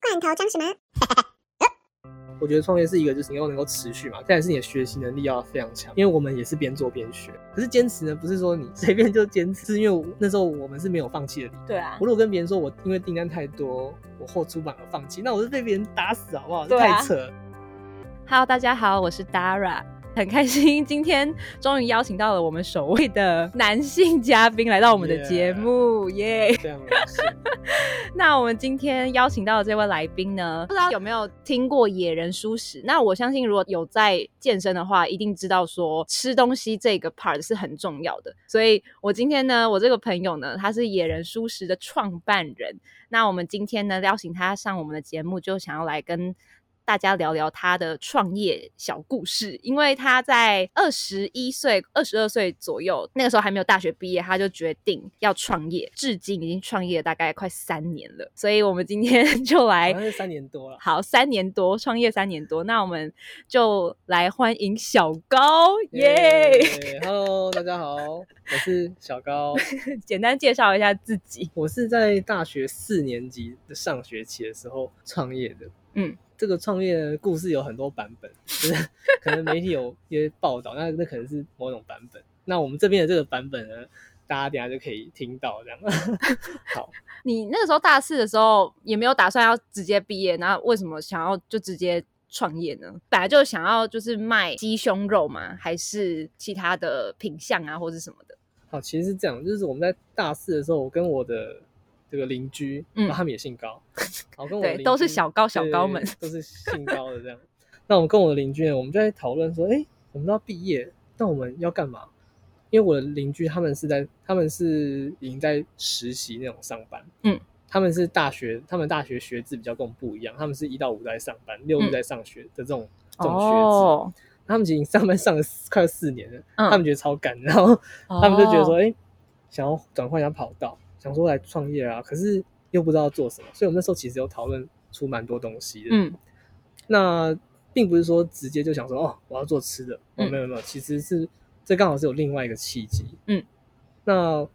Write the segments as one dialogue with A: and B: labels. A: 烂桃僵什么？
B: 我觉得创业是一个，就是你要能够持续嘛，再来是你的学习能力要非常强，因为我们也是边做边学。可是坚持呢，不是说你随便就坚持，是因为我那时候我们是没有放弃的理由。
C: 对啊
B: 我，如果跟别人说我因为订单太多，我后出版而放弃，那我是被别人打死好不好？这
C: 对啊
B: 太扯了。
C: Hello，大家好，我是 Dara，很开心今天终于邀请到了我们首位的男性嘉宾来到我们的节目，
A: 嗯
C: 耶
B: 这样的 事
C: 那我们今天邀请到的这位来宾呢，不知道有没有听过野人舒适？那我相信如果有在健身的话，一定知道说吃东西这个 part 是很重要的。所以我今天呢，我这个朋友呢，他是野人舒适的创办人。那我们今天呢，邀请他上我们的节目，就想要来跟。大家聊聊他的创业小故事，因为他在二十一岁、二十二岁左右，那个时候还没有大学毕业，他就决定要创业，至今已经创业大概快三年了。所以我们今天就
B: 好
C: 来
B: 像是三年多了。
C: 好三年多创业三年多，那我们就来欢迎小高 耶
B: ！Hello，大家好，我是小高。
C: 简单介绍一下自己，
B: 我是在大学四年级的上学期的时候创业的。
C: 嗯，
B: 这个创业的故事有很多版本，就是 可能媒体有一些报道，那那可能是某种版本。那我们这边的这个版本呢，大家等一下就可以听到这样。 好，
C: 你那个时候大四的时候也没有打算要直接毕业，那为什么想要就直接创业呢？本来就想要就是卖鸡胸肉嘛，还是其他的品相啊，或者什么的？
B: 好，其实是这样，就是我们在大四的时候，我跟我的这个邻居，
C: 嗯
B: 然后他们也姓 高，好，跟我
C: 对
B: 邻
C: 都是
B: 居
C: 小高小
B: 对
C: 高
B: 对
C: 们
B: 对都是姓高的这样。那我们跟我的邻居呢，我们就在讨论说，哎，我们都要毕业，那我们要干嘛？因为我的邻居他们是在，他们是已经在实习那种上班，
C: 嗯，
B: 他们是大学，他们大学学制比较跟我们不一样，他们是一到五在上班，六日
C: 嗯哦
B: 在上学的这种、这种学制。，他们已经上班上了四快四年了，
C: 嗯
B: 他们觉得超赶，然后他们就觉得说，
C: 哦
B: 哎、想要转换一下跑道，想说来创业啊，可是又不知道做什么，所以我们那时候其实有讨论出蛮多东西的。，
C: 嗯
B: 那并不是说直接就想说，哦，我要做吃的，哦，
C: 嗯
B: 没有没有，其实是这刚好是有另外一个契机。
C: 嗯，
B: 那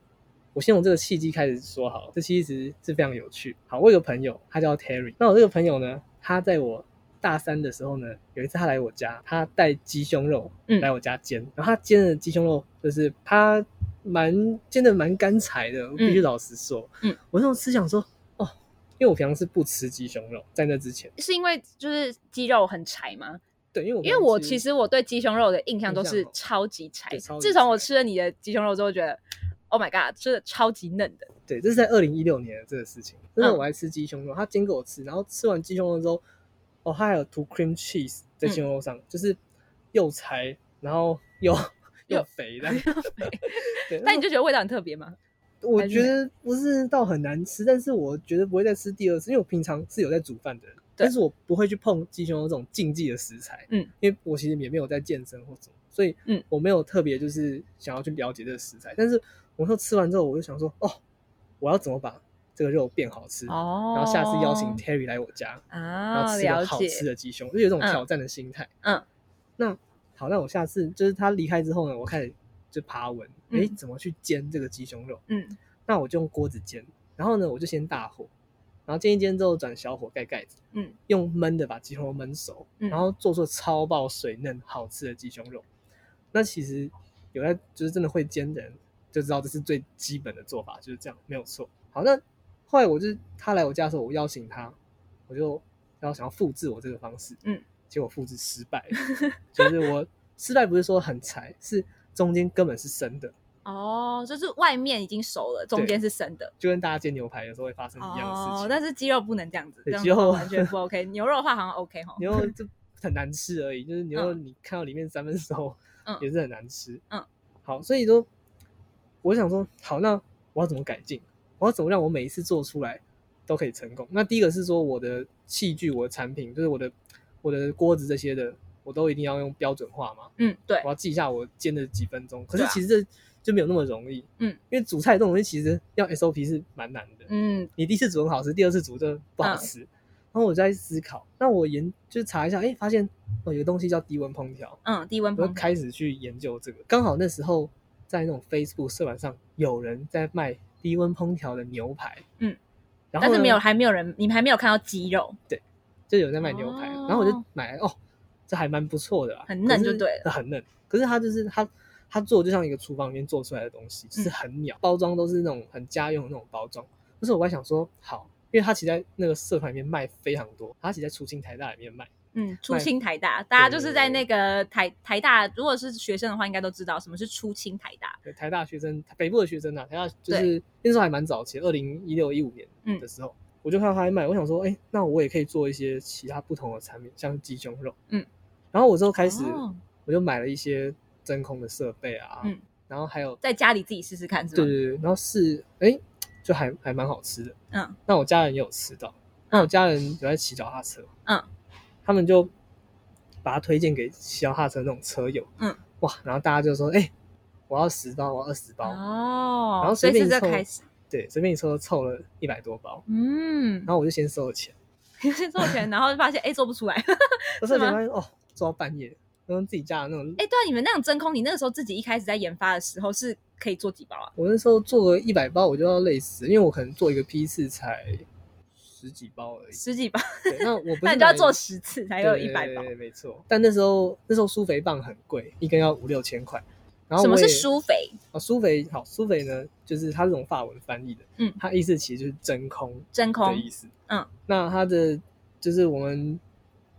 B: 我先从这个契机开始说好了，这其实是非常有趣。好，我有个朋友，他叫 Terry，那我这个朋友呢，他在我。大三的时候呢，有一次他来我家，他带鸡胸肉
C: 嗯
B: 来我家煎，然后他煎的鸡胸肉就是他蛮煎的蛮干柴的，我必须
C: 嗯
B: 老实说，
C: 嗯
B: 我那时候吃想说，哦，因为我平常是不吃鸡胸肉，在那之前，
C: 是因为就是鸡肉很柴吗？
B: 对，因为我
C: 因为
B: 平常
C: 我
B: 吃
C: 其实我对鸡胸肉的印象
B: 印
C: 都
B: 象
C: 是
B: 哦
C: 超级柴，
B: 对超级
C: 自从我
B: 柴
C: 吃了你的鸡胸肉之后，觉得 Oh my God，真的超级嫩的。
B: 对，这是在二零一六年的这个事情。那时候
C: 嗯
B: 我还吃鸡胸肉，他煎给我吃，然后吃完鸡胸肉之后，哦，他还有涂 cream cheese
C: 嗯
B: 在鸡胸肉上，就是又柴，然后又又
C: 又
B: 肥 的。对，
C: 但你就觉得味道很特别吗？
B: 那我
C: 还是
B: 觉得不是到很难吃，但是我觉得不会再吃第二次，因为我平常是有在煮饭的人，但是我不会去碰鸡胸肉这种禁忌的食材，
C: 嗯，
B: 因为我其实也没有在健身或什么，所以
C: 嗯，
B: 我没有特别就是想要去了解这个食材，但是我说吃完之后，我就想说，哦，我要怎么把这个肉变好吃，
C: 哦，
B: 然后下次邀请 Terry 来我家，然
C: 啊，
B: 后吃
C: 了
B: 个好吃
C: 解，
B: 的鸡胸，就有这种
C: 嗯
B: 挑战的心态。
C: 嗯
B: 那好，那我下次就是他离开之后呢，我开始就爬文，
C: 嗯
B: 诶，怎么去煎这个鸡胸肉？
C: 嗯。
B: 那我就用锅子煎，然后呢，我就先大火，然后煎一煎之后转小火盖盖子，
C: 嗯，
B: 用焖的把鸡胸肉焖熟，
C: 嗯
B: 然后做出超爆水嫩好吃的鸡胸肉。那其实有在就是真的会煎的人就知道这是最基本的做法，就是这样没有错。好，那后来我就是他来我家的时候，我邀请他，我就然后想要复制我这个方式，
C: 嗯，
B: 结果复制失败了，就是我失败不是说很柴，是中间根本是生的。
C: 哦，就是外面已经熟了，中
B: 对
C: 间是生的。
B: 就跟大家煎牛排有时候会发生一样的事情。
C: 哦，但是鸡肉不能这样子，这
B: 对
C: 样
B: 鸡肉
C: 的话完全不 OK。牛肉的话好像 OK 哈。
B: 牛肉就很难吃而已，就是牛肉你看到里面三分熟，
C: 嗯
B: 也是很难吃。
C: 嗯，
B: 好，所以说我想说，好，那我要怎么改进？我要怎么让我每一次做出来都可以成功？那第一个是说我的器具、我的产品，就是我的我的锅子这些的，我都一定要用标准化嘛。
C: 嗯，对
B: 我，要记一下我煎了几分钟，可
C: 对
B: 是
C: 啊
B: 其实这就没有那么容易。
C: 嗯，
B: 因为煮菜这种东西其实要 SOP 是蛮难的。
C: 嗯
B: 你第一次煮很好吃，第二次煮就不好吃。然后我就在思考，那我研就是查一下，哎，发现哦有个东西叫低温烹调，
C: 嗯，低温
B: 我
C: 烹
B: 就
C: 调。
B: 开始去研究这个。刚好那时候在那种 Facebook 社团上有人在卖低温烹调的牛排，
C: 嗯，
B: 然后
A: 但是
B: 呢
A: 没有，还没有人，你们还没有看到鸡肉，
B: 就有人在卖牛排，然后我就
A: 哦
B: 买来哦，这还蛮不错的啦，
A: 很嫩
B: 可是
A: 就对了
B: 很嫩。可是它就是它它做就像一个厨房里面做出来的东
A: 嗯
B: 西，就是很鸟，包装都是那种很家用的那种包装。就是我在想说，好，因为它其实在那个社团里面卖非常多，它其实在出清台大里面卖，
A: 嗯，出
B: 对
A: 清台大，大家就是在
B: 对
A: 那个台台大，如果是学生的话，应该都知道什么是出清台大，
B: 对台大学生北部的学生啊，台大就是那时候还蛮早期，二零一六一五
A: 嗯
B: 年的时候，我就看到他在卖，我想说，哎、那我也可以做一些其他不同的产品，像鸡胸肉，
A: 嗯，
B: 然后我之后开始。
A: 哦
B: 我就买了一些真空的设备啊，
A: 嗯
B: 然后还有
A: 在家里自己试试看，是
B: 对
A: 吗？
B: 对对，然后是哎，就还还蛮好吃的。
A: 嗯，
B: 那我家人也有吃到，那我家人有在骑脚踏车，
A: 嗯，
B: 他们就把它推荐给骑脚踏车那种车友，
A: 嗯，
B: 哇，然后大家就说，哎，我要十包，我要二十包，
A: 哦，
B: 然后
A: 所
B: 随
A: 以是
B: 便
A: 这
B: 凑
A: 开始，
B: 对，随便一抽凑了一百多包，
A: 嗯
B: 然，后我就先收了钱，
A: 有些做钱，然后就发现哎、做不出来， 哎、
B: 我收了钱
A: 是吗
B: 发现哦，做到半夜，然后自己家的那种，
A: 对啊，你们那种真空，你那个时候自己一开始在研发的时候是可以做几包啊？
B: 我那时候做了一百包，我就要累死，因为我可能做一个批次才十几包而已。
A: 十几包，
B: 对，那我不是
A: 那你就要
B: 买
A: 做十次才有一百
B: 对
A: 包
B: 对。对没错。但那时候那时候苏肥棒很贵，一根要五六千块。然后
A: 什么
B: 我也
A: 是疏肥？
B: 啊？苏肥好，苏肥呢，就是它这种法文翻译的，
A: 嗯
B: 它意思其实就是真空
A: 真
B: 的
A: 空
B: 意思。
A: 嗯，
B: 那它的就是我们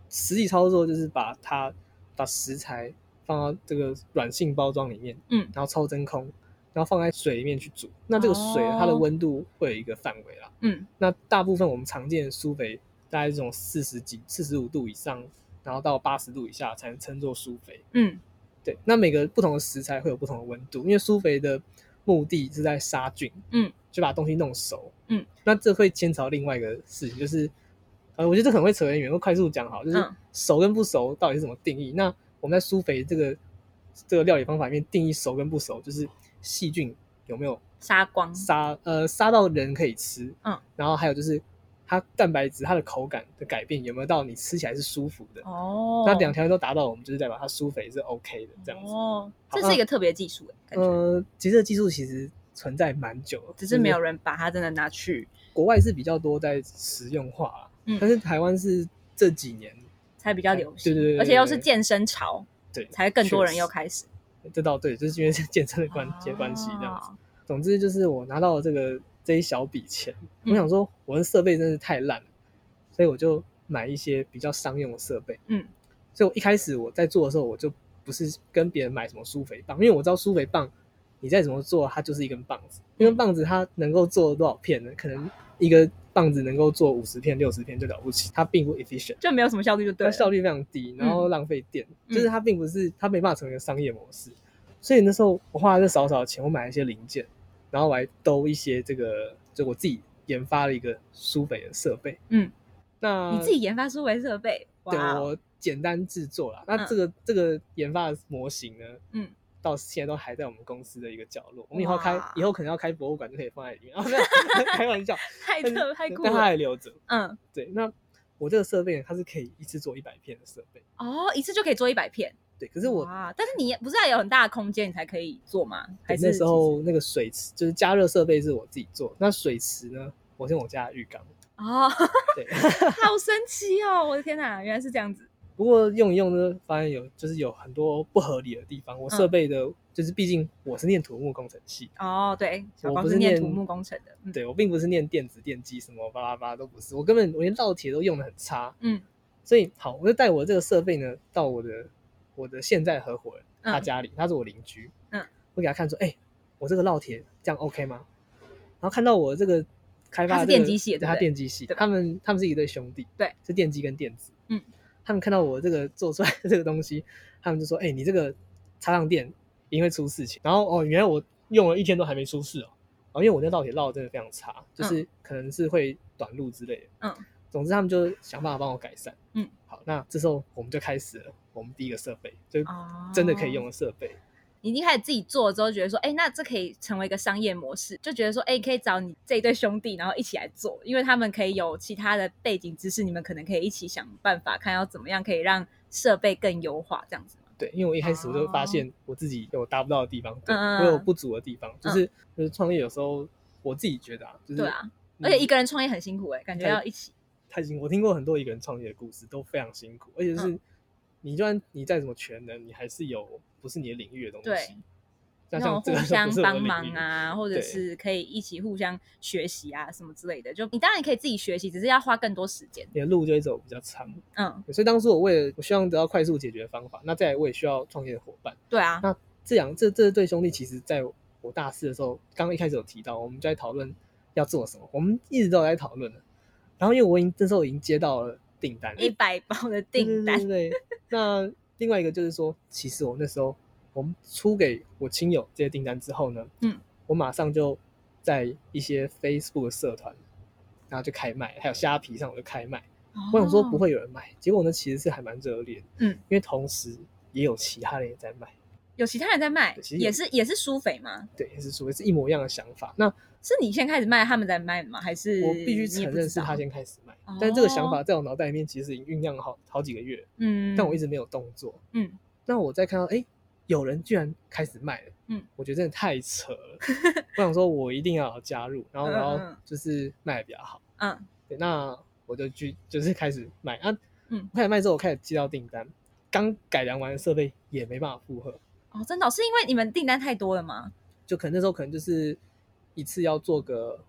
B: 实际操作就是把它把食材放到这个软性包装里面，
A: 嗯
B: 然后抽真空，然后放在水里面去煮。那这个水
A: 哦
B: 它的温度会有一个范围啦，
A: 嗯，
B: 那大部分我们常见的苏肥大概是这种四十几、四十五度以上，然后到八十度以下才能称作苏肥。
A: 嗯，
B: 对，那每个不同的食材会有不同的温度，因为苏肥的目的是在杀菌，
A: 嗯，
B: 就把东西弄熟，
A: 嗯，
B: 那这会牵扯到另外一个事情，就是，呃，我觉得这可能会扯很远，我快速讲好，就是
A: 嗯
B: 熟跟不熟到底是怎么定义？那我们在苏肥这个这个料理方法里面定义熟跟不熟，就是细菌有没有
A: 杀光。
B: 杀呃杀到人可以吃，
A: 嗯，
B: 然后还有就是它蛋白质它的口感的改变有没有到你吃起来是舒服的？
A: 哦，
B: 那两条都达到，我们就是代表它酥肥是 OK 的这样子。
A: 哦，
B: 好
A: 这是一个特别技术欸，感觉
B: 呃，其实这个技术其实存在蛮久了，
A: 只是没有人把它真的拿去
B: 国外是比较多在实用化啊、
A: 嗯
B: 但是台湾是这几年
A: 才比较流行，
B: 啊对对对对
A: 而且又是
B: 对
A: 健身潮，
B: 对
A: 才更多人
B: 确实
A: 又开始
B: 这倒对，就是因为是健身的关节关系这样子。
A: 哦
B: 总之就是我拿到了这个这一小笔钱，
A: 嗯
B: 我想说我的设备真是太烂了，所以我就买一些比较商用的设备。
A: 嗯，
B: 所以我一开始我在做的时候，我就不是跟别人买什么苏肥棒，因为我知道苏肥棒你再怎么做，它就是一根棒子，
A: 嗯
B: 一根棒子它能够做多少片呢？可能一个棒子能够做五十片、六十片就了不起，它并不 efficient。
A: 就没有什么效率，就对
B: 它
A: 了，
B: 效率非常低，然后浪费电，
A: 嗯
B: 就是它并不是它没办法成为一个商业模式。所以那时候我花了这少少的钱，我买了一些零件，然后我还兜一些这个，就我自己研发了一个苏北的设备。
A: 嗯，
B: 那
A: 你自己研发出为设备，哇
B: 对
A: 哦，
B: 我简单制作啦。
A: 嗯
B: 那这个、这个研发的模型呢，
A: 嗯，
B: 到现在都还在我们公司的一个角落。我们以后开
A: 哇
B: 以后可能要开博物馆就可以放在里 面。啊，没有开玩笑，
A: 太
B: 但
A: 特
B: 是
A: 哎太酷
B: 但它
A: 了，
B: 还留着。
A: 嗯，
B: 对，那我这个设备呢它是可以一次做一百片的设备。
A: 哦，一次就可以做一百片，
B: 对，可是我
A: 哇，但是你不是要有很大的空间你才可以做吗？还
B: 对
A: 是
B: 那时
A: 其实
B: 候那个水池就是加热设备是我自己做，那水池呢，我是用我家的浴缸。
A: 哦，
B: 对，
A: 好神奇哦，我的天哪，原来是这样子，
B: 不过用一用呢，发现有就是有很多不合理的地方。
A: 嗯
B: 我设备的，就是毕竟我是念土木工程系，
A: 哦，对，小
B: 我
A: 光
B: 不
A: 是
B: 是
A: 念
B: 念
A: 土木工程的，嗯
B: 对我并不是念电子电机什么巴拉巴拉都不是，我根本我连烙铁都用的很差。
A: 嗯，
B: 所以好，我就带我这个设备呢到我的我的现在合伙人
A: 嗯
B: 他家里，他是我邻居。
A: 嗯，
B: 我给他看说，哎、我这个烙铁这样 OK 吗？然后看到我这个开发、这
A: 他是
B: 个
A: 电机系的
B: 对
A: 对不
B: 他
A: 对
B: 电机系，
A: 对
B: 他们他们是一对兄弟，
A: 对，
B: 是电机跟电子。
A: 嗯，
B: 他们看到我这个做出来的这个东西，他们就说，哎、你这个插上电一定会出事情。然后哦，原来我用了一天都还没出事哦。哦，因为我那烙铁烙的真的非常差，就是可能是会短路之类的。
A: 嗯，
B: 总之他们就想办法帮我改善。
A: 嗯，
B: 好，那这时候我们就开始了我们第一个设备，就
A: 哦，
B: 真的可以用的设备。
A: 你一开始自己做了之后，觉得说，哎、那这可以成为一个商业模式，就觉得说，哎、可以找你这一对兄弟，然后一起来做，因为他们可以有其他的背景知识，你们可能可以一起想办法，看要怎么样可以让设备更优化，这样子嘛。
B: 对，因为我一开始我就发现我自己有达不到的地方，对
A: 嗯嗯嗯
B: 我有不足的地创业有时候我自己觉得啊，就是
A: 对啊，而且一个人创业很辛苦哎、感觉
B: 对
A: 要一起。
B: 太辛苦。我听过很多一个人创业的故事，都非常辛苦，而且
A: 嗯
B: 是你就算你再怎么全能，你还是有不是你的领域的东西
A: 对。
B: 那
A: 那
B: 像
A: 种
B: 这
A: 互
B: 个就
A: 相
B: 不是我的
A: 帮
B: 领
A: 忙
B: 域，
A: 啊，或者
B: 嗯对
A: 是可以一起互相学习啊，什么之类的。就你当然可以自己学习，只是要花更多时间。
B: 你的路就会走比较长。
A: 嗯，
B: 所以当初我为了我希望得到快速解决方法，那再来我也需要创业的伙伴。
A: 对啊，
B: 那这两这这对兄弟，其实在我大四的时候，刚刚一开始有提到，我们就在讨论要做什么，我们一直都有在讨论的。然后因为我已经这时候已经接到了订单了，
A: 一百包的订单
B: 对，对对对那另外一个就是说，其实我那时候我们出给我亲友这些订单之后呢，
A: 嗯，
B: 我马上就在一些 Facebook 的社团，然后就开卖，还有虾皮上我就开卖。我想说不
A: 会。
B: 会有人买，结果呢其实是还蛮热烈的，
A: 嗯
B: 因为同时也有其他人也在卖，
A: 有其他人在卖
B: 对，其实有
A: 也是也是苏菲吗？
B: 对，也是属于是一模一样的想法。那
A: 是你先开始卖，他们在卖吗？还是
B: 我必须
A: 你
B: 承
A: 也不知
B: 认是他
A: 道？
B: 先开始卖，
A: 哦
B: 但这个想法在我脑袋里面其实已经酝酿了好好几个月，
A: 嗯，
B: 但我一直没有动作。
A: 嗯，
B: 那我再看到，哎，有人居然开始卖了，
A: 嗯，
B: 我觉得真的太扯 了。我想说，我一定要加入，然后
A: 嗯
B: 然
A: 嗯
B: 后
A: 嗯
B: 就是卖的比较好。
A: 嗯
B: 对，那我就去就是开始卖啊，
A: 嗯，
B: 开始卖之后，我开始接到订单，刚改良完的设备也没办法负荷，
A: 哦，真的哦、是因为你们订单太多了吗？
B: 就可能那时候可能就是一次要做个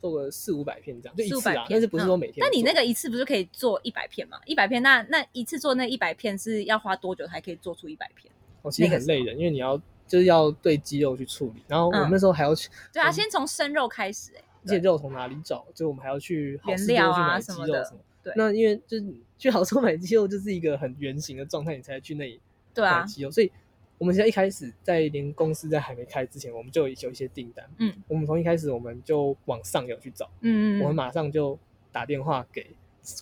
B: 做个四五百片这样，就一
A: 四五
B: 次
A: 百
B: 啊
A: 片，，
B: 但是不是
A: 嗯
B: 说每天做？
A: 那你那个一次不是可以做一百片吗？一百片，那那一次做那一百片是要花多久才可以做出一百片？
B: 我哦其实
A: 那个
B: 很
A: 时候
B: 累的，因为你要就是要对肌肉去处理，然后我
A: 嗯
B: 们那时候还要去，
A: 对啊，
B: 嗯
A: 先从生肉开始、欸，
B: 这些肉从哪里找？就我们还要去好市多
A: 原料
B: 去
A: 啊
B: 买
A: 什
B: 鸡
A: 么
B: 肉
A: 的
B: 什么。
A: 对
B: 那因为就是去好市多买鸡肉，就是一个很圆形的状态，你才去那里
A: 对
B: 买
A: 啊，
B: 鸡肉。所以我们现在一开始在连公司在还没开之前，我们就有一些订单。
A: 嗯，
B: 我们从一开始我们就往上游去找，
A: 嗯
B: 我们
A: 嗯，
B: 马上就打电话给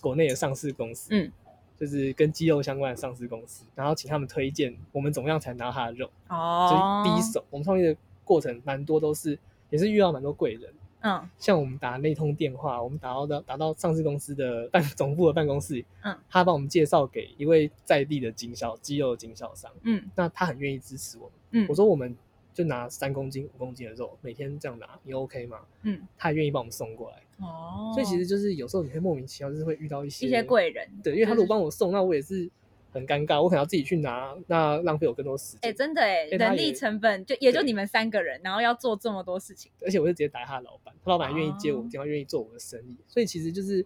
B: 国内的上市公司，
A: 嗯，
B: 就是跟鸡肉相关的上市公司，然后请他们推荐我们怎么样才拿到它的肉。
A: 哦，
B: 就是第一手。我们创业的过程蛮多都是也是遇到蛮多贵人，
A: 嗯，
B: 像我们打那通电话，我们打到到打到上市公司的办总部的办公室，
A: 嗯，
B: 他帮我们介绍给一位在地的经销肌肉的经销商，
A: 嗯
B: 那他很愿意支持我们。
A: 嗯
B: 我说我们就拿三公斤、五公斤的肉，每天这样拿，你 OK 吗？
A: 嗯，
B: 他也愿意帮我们送过来，
A: 哦，
B: 所以其实就是有时候你会莫名其妙就是会遇到一些
A: 一些贵人，
B: 对，因为他如果
A: 就是
B: 帮我送，那我也是很尴尬，我可能要自己去拿，那浪费我更多时
A: 哎、
B: 间。
A: 真的哎、
B: 哎他
A: 人
B: 也
A: 力成本就也就
B: 对
A: 你们三个人，然后要做这么多事情，
B: 而且我就直接打他的老板，他老板愿意接我的电话，愿意做我的生意，所以其实就是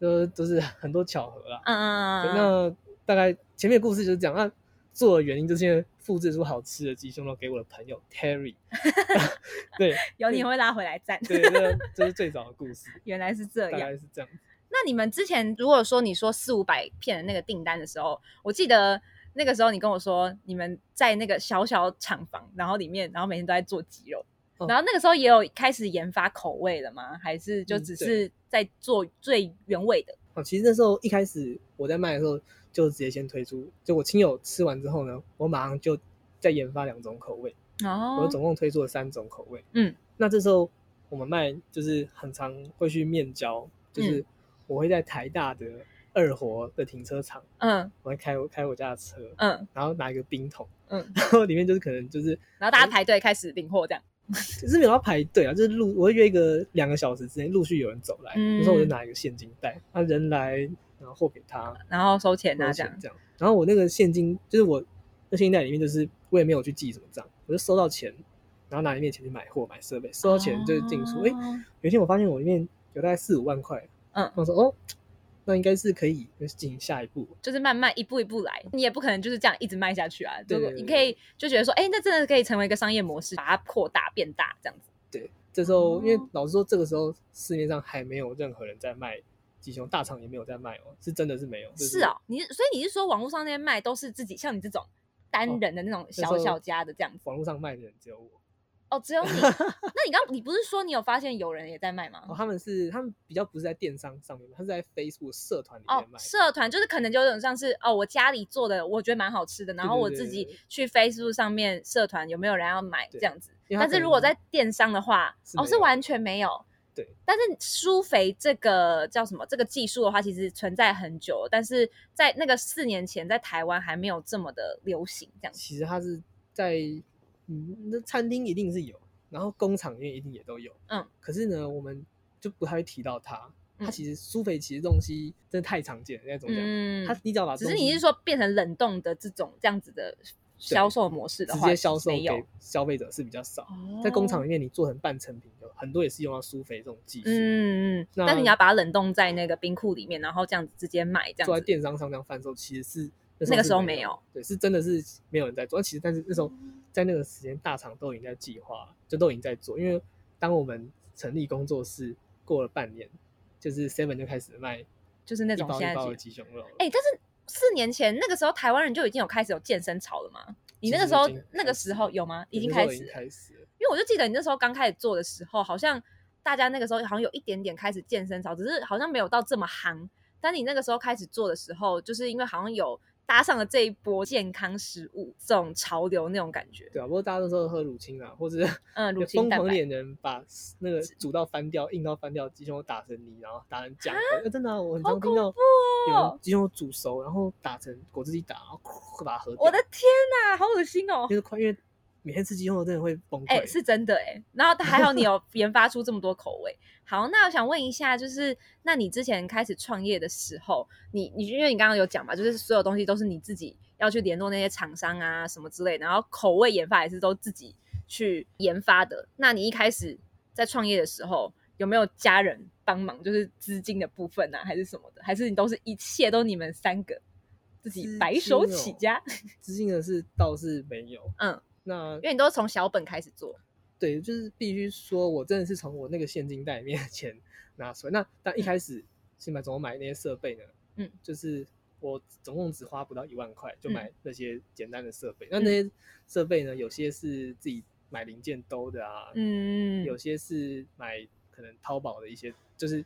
B: 呃，都、是很多巧合啦。
A: 嗯嗯
B: 对
A: 嗯，嗯
B: 那大概前面的故事就是这样。那做的原因就是因为复制出好吃的鸡胸肉给我的朋友 Terry，对
A: 有你会拉回来站，
B: 对，这这是最早的故事，
A: 原来是这
B: 大
A: 样。
B: 概是这样。
A: 那你们之前如果说你说四五百片的那个订单的时候，我记得那个时候你跟我说你们在哎那个小小厂房，然后里面，然后每天都在做鸡肉。
B: 哦
A: 然后那个时候也有开始研发口味了吗？还是就
B: 嗯
A: 只
B: 对
A: 是在做最原味的？
B: 哦，其实那时候一开始我在卖的时候，就直接先推出，就我亲友吃完之后呢，我马上就再研发两种口味。
A: 哦
B: 我总共推出了三种口味。
A: 嗯，
B: 那这时候我们卖就是很常会去面交，
A: 嗯
B: 就是我会在台大的二活的停车场，
A: 嗯
B: 我会开我开我家的车，
A: 嗯
B: 然后拿一个冰桶，
A: 嗯，
B: 然后里面就是可能就是
A: 然后大家排队开始领货这样。
B: 就是没有要排队啊，就是陆我会约一个两个小时之内陆续有人走来，
A: 嗯
B: 有时候我就拿一个现金袋，他人来然后货给他，
A: 然后收钱啊，
B: 拿
A: 这
B: 这
A: 样
B: 样。然后我那个现金就是我那现金袋里面，就是我也没有去记什么账，我就收到钱，然后拿里面钱去买货买设备，收到钱就是进出。哎、
A: 哦
B: 有一天我发现我里面有大概四五万块，
A: 嗯
B: 我说哦，那应该是可以就是进行下一步。
A: 就是慢慢一步一步来，你也不可能就是这样一直卖下去啊。
B: 对
A: 如果
B: 对对
A: 你可以就觉得说，哎，那真的可以成为一个商业模式，把它扩大变大这样子。
B: 对，这时候、
A: 哦
B: 因为老实说，这个时候市面上还没有任何人在卖鸡胸，大厂也没有在卖哦，是真的是没有。就是
A: 哦，你所以你是说网络上那些卖都是自己像你这种单人的那种
B: 哦那时候
A: 小小家的这样子？
B: 网络上卖的人只有我。
A: 哦，只 有你。那你刚你不是说你有发现有人也在卖吗？
B: 哦，他们是他们比较不是在电商上面卖，他是在 Facebook 社团里
A: 哦
B: 面，卖。
A: 社团就是可能就有点像是哦，我家里做的，我觉得蛮好吃的，然后
B: 对
A: 我
B: 对
A: 自己
B: 对
A: 去 Facebook 上面社团有没有人要买
B: 对
A: 这样子。
B: 因为它
A: 但
B: 可
A: 是
B: 能
A: 如果在电商的话，
B: 是
A: 哦，
B: 没
A: 是
B: 有
A: 完全没有。
B: 对，
A: 但是疏肥这个叫什么？这个技术的话，其实存在很久，但是在那个四年前，在台湾还没有这么的流行，这样子。
B: 其实它是在嗯，那餐厅一定是有，然后工厂里面一定也都有，
A: 嗯。
B: 可是呢，我们就不太会提到它。它
A: 嗯
B: 其实苏肥其实东西真的太常见了，现在怎么讲？
A: 嗯，
B: 它你只要把
A: 只
B: 东
A: 是
B: 西
A: 你是说变成冷冻的这种这样子的销售模式的
B: 直
A: 话，
B: 接销售
A: 没有
B: 给。消费者是比较少，
A: 哦
B: 在工厂里面你做成半成品有很多也是用到苏肥这种技术，
A: 嗯，嗯，
B: 那
A: 但是你要把它冷冻在那个冰库里面，然后这样子直接卖，这
B: 做
A: 样
B: 在
A: 子。
B: 电商上这样贩售，其实是
A: 那个
B: 是
A: 时候
B: 没
A: 没有，哦
B: 对，是真的是没有人在做。其实但是那时候在那个时间，大厂都已经在计划，就都已经在做。因为当我们成立工作室过了半年，就是 Seven 就开始卖
A: 就是那
B: 一
A: 种
B: 包
A: 现
B: 一
A: 在
B: 包
A: 的
B: 的鸡胸肉了。
A: 哎、但是四年前那个时候，台湾人就已经有开始有健身潮了嘛？你那个时候
B: 其实已经开始
A: 那个时候有吗？
B: 对
A: 已经
B: 那时候
A: 开始
B: 已经
A: 了，
B: 开始了，
A: 因为我就记得你那时候刚开始做的时候，好像大家那个时候好像有一点点开始健身潮，只是好像没有到这么夯。但你那个时候开始做的时候，就是因为好像有搭上了这一波健康食物这种潮流那种感觉，
B: 对啊。不过大家那时候喝乳清啊，或者是
A: 嗯，乳清
B: 疯
A: 蛋
B: 狂
A: 白，
B: 点人把那个煮到翻掉、硬到翻掉的鸡胸肉打成泥，然后打成酱。呃真的啊，我很
A: 好
B: 常听
A: 恐
B: 到
A: 怖
B: 有人
A: 哦
B: 鸡胸肉煮熟，然后打成果汁机打，然后 咕把它喝掉。
A: 我的天哪、好恶心哦！
B: 就是快，因为每天吃鸡胸肉真的会崩溃。
A: 哎、是真的哎、然后还好你有研发出这么多口味。好，那我想问一下，就是那你之前开始创业的时候，你你因为你刚刚有讲嘛，就是所有东西都是你自己要去联络那些厂商啊什么之类，然后口味研发也是都自己去研发的。那你一开始在创业的时候，有没有家人帮忙，就是资金的部分啊，还是什么的？还是你都是一切都你们三个自己白手起家？
B: 资金的是倒是没有，
A: 嗯，
B: 那
A: 因为你都是从小本开始做，
B: 对，就是必须说我真的是从我那个现金袋里面的 钱拿出来。那但一开始是买怎么买那些设备呢？
A: 嗯，
B: 就是我总共只花不到一万块就
A: 嗯
B: 买那些简单的设备。那那些设备呢，有些是自己买零件兜的啊，
A: 嗯，
B: 有些是买可能淘宝的一些，就是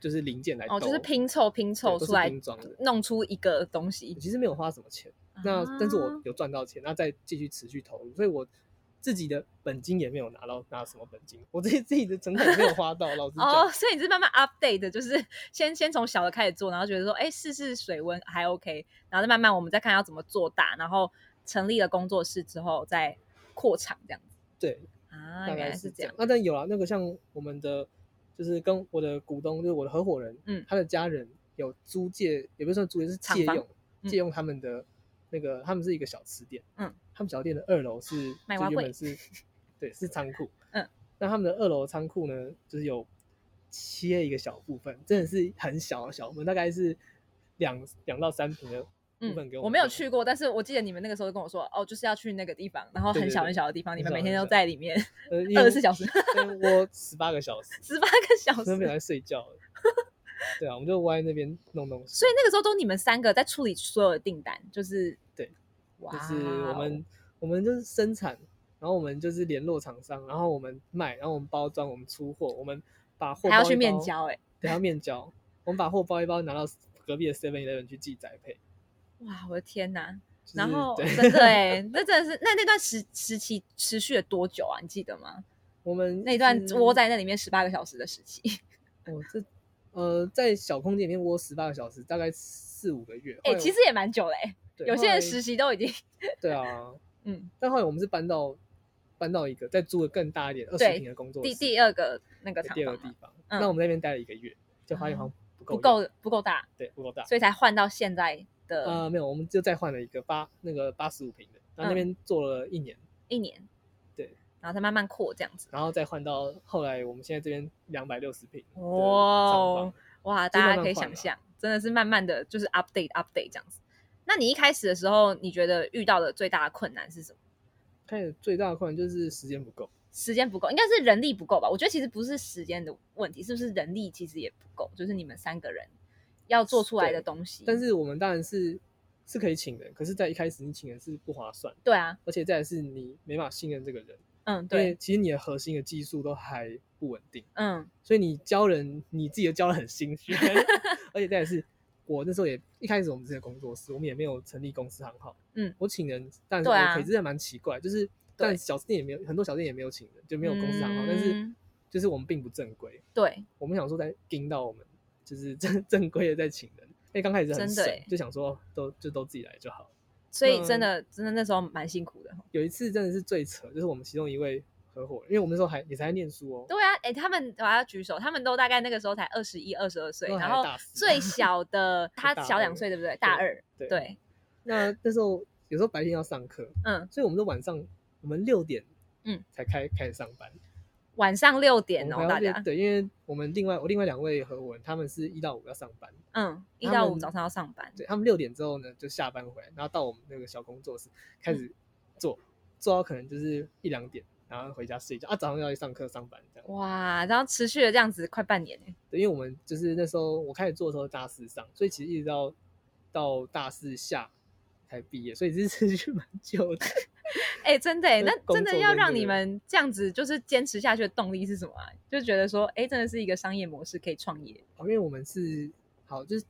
B: 就是零件来兜，
A: 哦，就是拼凑拼
B: 对
A: 凑
B: 都
A: 出
B: 是
A: 来
B: 拼装的
A: 弄出一个东西
B: 我。其实没有花什么钱。那但是我
A: 啊
B: 有赚到钱，那再继续持续投入，所以我自己的本金也没有拿到拿什么本金，我自己自己的成本也没有花到，老实讲。
A: 哦，所以你是慢慢 update 的，就是 先先从小的开始做，然后觉得说，哎，试试水温还 OK，然后再慢慢我们再看要怎么做大，然后成立了工作室之后再扩产这样子
B: 对，
A: 啊，
B: 大
A: 原
B: 概
A: 来是
B: 这
A: 这样
B: 样。，那但有啊，那个像我们的就是跟我的股东，就是我的合伙人，
A: 嗯
B: 他的家人有租借，也不是算租借，是
A: 厂
B: 借
A: 房
B: 用
A: 嗯
B: 借用他们的那个，他们是一个小吃店，
A: 嗯，
B: 他们小店的二楼是
A: 卖
B: 就
A: 蛙
B: 原
A: 柜
B: 本是，对，是仓库，
A: 嗯，
B: 那他们的二楼仓库呢，就是有切一个小部分，真的是很小的小部分，大概是两两到三平的部分
A: 嗯
B: 给，我们用。
A: 我没有去过，但是我记得你们那个时候跟我说，哦，就是要去那个地方，然后
B: 对
A: 很
B: 对
A: 小
B: 对
A: 很小的地方，你
B: 很
A: 们
B: 小
A: 每
B: 很
A: 天都
B: 小
A: 在里面
B: 呃，因为
A: 24小时
B: 因为我十八个小时，
A: 十八个小
B: 真的没有
A: 时，
B: 在睡觉了。对啊，我们就窝在那边弄东西。
A: 所以那个时候都你们三个在处理所有的订单，就是
B: 对，
A: 哇
B: 就
A: 哦，
B: 是我们我们就是生产，然后我们就是联络厂商，然后我们卖，然后我们包装，我们出货，我们把货
A: 还要
B: 包一
A: 去面
B: 包，
A: 交、哎。
B: 对，还要面交，我们把货包一包拿到隔壁的 Seven Eleven 去寄宅配。
A: 哇，我的天哪！
B: 就是
A: 然后
B: 对，
A: 真的哎、那真的是那那段时时期持续了多久啊？你记得吗？
B: 我们
A: 那段
B: 是
A: 窝在那里面十八个小时的时 期，
B: 哦这呃在小空间里面窝十八个小时，大概四五个月。
A: 哎、
B: 后来
A: 其实也蛮久嘞、哎
B: 对
A: 有
B: 后
A: 些
B: 来
A: 人实习都已经
B: 对啊，
A: 嗯，
B: 但后来我们是搬到搬到一个再租的更大一点二十
A: 对
B: 平的工作
A: 第
B: 室，
A: 第二个那个
B: 在
A: 厂
B: 第二
A: 房
B: 个地
A: 嘛
B: 方。
A: 嗯啊
B: 那我们在那边待了一个月，就发现好像不够
A: 不
B: 用，
A: 够不够大，
B: 对，不够大。
A: 所以才换到现在的
B: 呃，没有，我们就再换了一个八那个八十五平的，然后那
A: 嗯
B: 边做了一年，
A: 一年，
B: 对，
A: 然后再慢慢扩这样子。
B: 然后再换到后来我们现在这边两百六十平的厂
A: 哇哦
B: 房。
A: 哇，
B: 就
A: 大
B: 慢
A: 家
B: 慢
A: 可以
B: 换
A: 想
B: 啦
A: 象，真的是慢慢的就是 update update 这样子。那你一开始的时候，你觉得遇到的最大的困难是什么？
B: 开始最大的困难就是时间不够，
A: 时间不够，应该是人力不够吧？我觉得其实不是时间的问题，是不是人力其实也不够？就是你们三个人要做出来的东西，
B: 但是我们当然是是可以请人，可是，在一开始你请人是不划算，
A: 对啊，
B: 而且再来是你没办法信任这个人，
A: 嗯，
B: 因为
A: 对，
B: 其实你的核心的技术都还不稳定，
A: 嗯，
B: 所以你教人你自己都教的很心 虚，而且再来是，我那时候也一开始我们这个工作室，我们也没有成立公司行号，
A: 嗯，
B: 我请人，但是
A: 对啊
B: OK，这还蛮奇怪，就是但小吃店也没有很多小店也没有请人，就没有公司行号，但是
A: 嗯
B: 就是我们并不正规，
A: 对，
B: 我们想说在盯到我们就是正 正规的在请人，因为刚开始很
A: 真
B: 省
A: 的欸，
B: 就想说哦都就都自己来就好了。
A: 所以
B: 嗯
A: 真的真的那时候蛮辛苦的，
B: 有一次真的是最扯，就是我们其中一位合伙人，因为我们那时候还也才在念书哦，
A: 对啊，哎、他们我要举手，他们都大概那个时候才二十一、二十二岁，
B: 都还
A: 然后
B: 大四
A: 最小的他
B: 大
A: 小两
B: 二
A: 岁，对不对？大二，
B: 对
A: 对，
B: 那那时候有时候白天要上课，
A: 嗯，
B: 所以我们都晚上我们六点
A: 嗯
B: 才开开始上班，
A: 晚上六
B: 我
A: 点
B: 们
A: 哦，
B: 还要
A: 大
B: 练
A: 家，
B: 对，因为我们另外我另外两位合伙人他们是一到五要上班，
A: 嗯，一
B: 他
A: 到
B: 们
A: 五早上要上班，
B: 对他们六点之后呢就下班回来，然后到我们那个小工作室开
A: 嗯
B: 始做，做到可能就是一两点，然后回家睡觉啊，早上要去上课上班这样。
A: 哇，然后持续了这样子快半年哎，
B: 对，因为我们就是那时候我开始做的时候大四上，所以其实一直到到大四下才毕业，所以这持续蛮久的。
A: 哎、真的哎，
B: 就
A: 那
B: 工
A: 真的
B: 作
A: 要
B: 跟
A: 让
B: 这
A: 你
B: 个
A: 们这样子就是坚持下去的动力是什么啊？就觉得说，哎、真的是一个商业模式可以创业，
B: 哦，因为我们是好，就是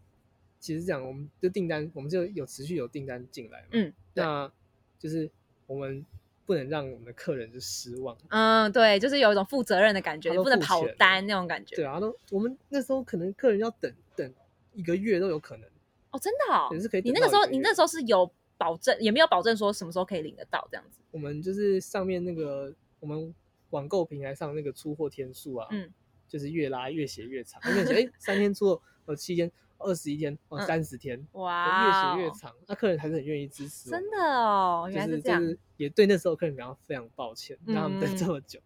B: 其实讲，我们就订单，我们就有持续有订单进来嘛。
A: 嗯，对
B: 那就是我们不能让我们的客人就失望。
A: 嗯，对，就是有一种负责任的感觉，
B: 他
A: 你
B: 都
A: 不能
B: 付
A: 跑
B: 钱了
A: 单那种感觉，
B: 对啊，都我们那时候可能客人要等等一个月都有可能，
A: 哦，真的哦
B: 也，是可以
A: 你
B: 等
A: 那
B: 到一
A: 个时候，
B: 个
A: 你
B: 月
A: 那时候是有保证，也没有保证说什么时候可以领得到这样子。
B: 我们就是上面那个我们网购平台上那个出货天数啊，
A: 嗯，
B: 就是越拉越写越长，越写哎三天出货，哦七天，二十一天，哦
A: 嗯
B: 三十天，就
A: 哇哦，
B: 越写越长，那客人还是很愿意支持我们。
A: 真的哦，
B: 就
A: 原来
B: 是
A: 这样。
B: 就是也对那时候客人比较非常抱歉，
A: 嗯
B: 让他们等这么 久。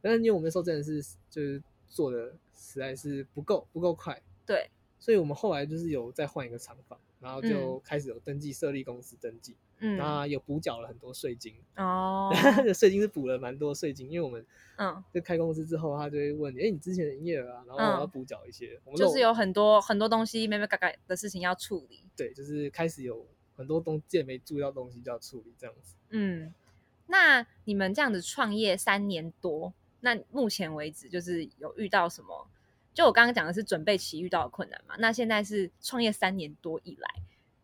B: 但是因为我们那时候真的是就是做的实在是不够不够快，
A: 对，
B: 所以我们后来就是有再换一个厂房，然后就
A: 嗯
B: 开始有登记设立公司登记，
A: 嗯，
B: 那有补缴了很多税金，
A: 哦，
B: 那个税金是补了蛮多税金，因为我们
A: 嗯，
B: 就开公司之后，他就会问你，哎，你之前的营业额啊，然后
A: 嗯
B: 我要补缴一些，我们
A: 就是有
B: 漏
A: 很多很多东西妹妹嘎嘎的事情要处理。
B: 对，就是开始有很多东件没注意到东西就要处理这样子。
A: 嗯，那你们这样子创业三年多，那目前为止就是有遇到什么？就我刚刚讲的是准备期遇到的困难嘛，那现在是创业三年多以来，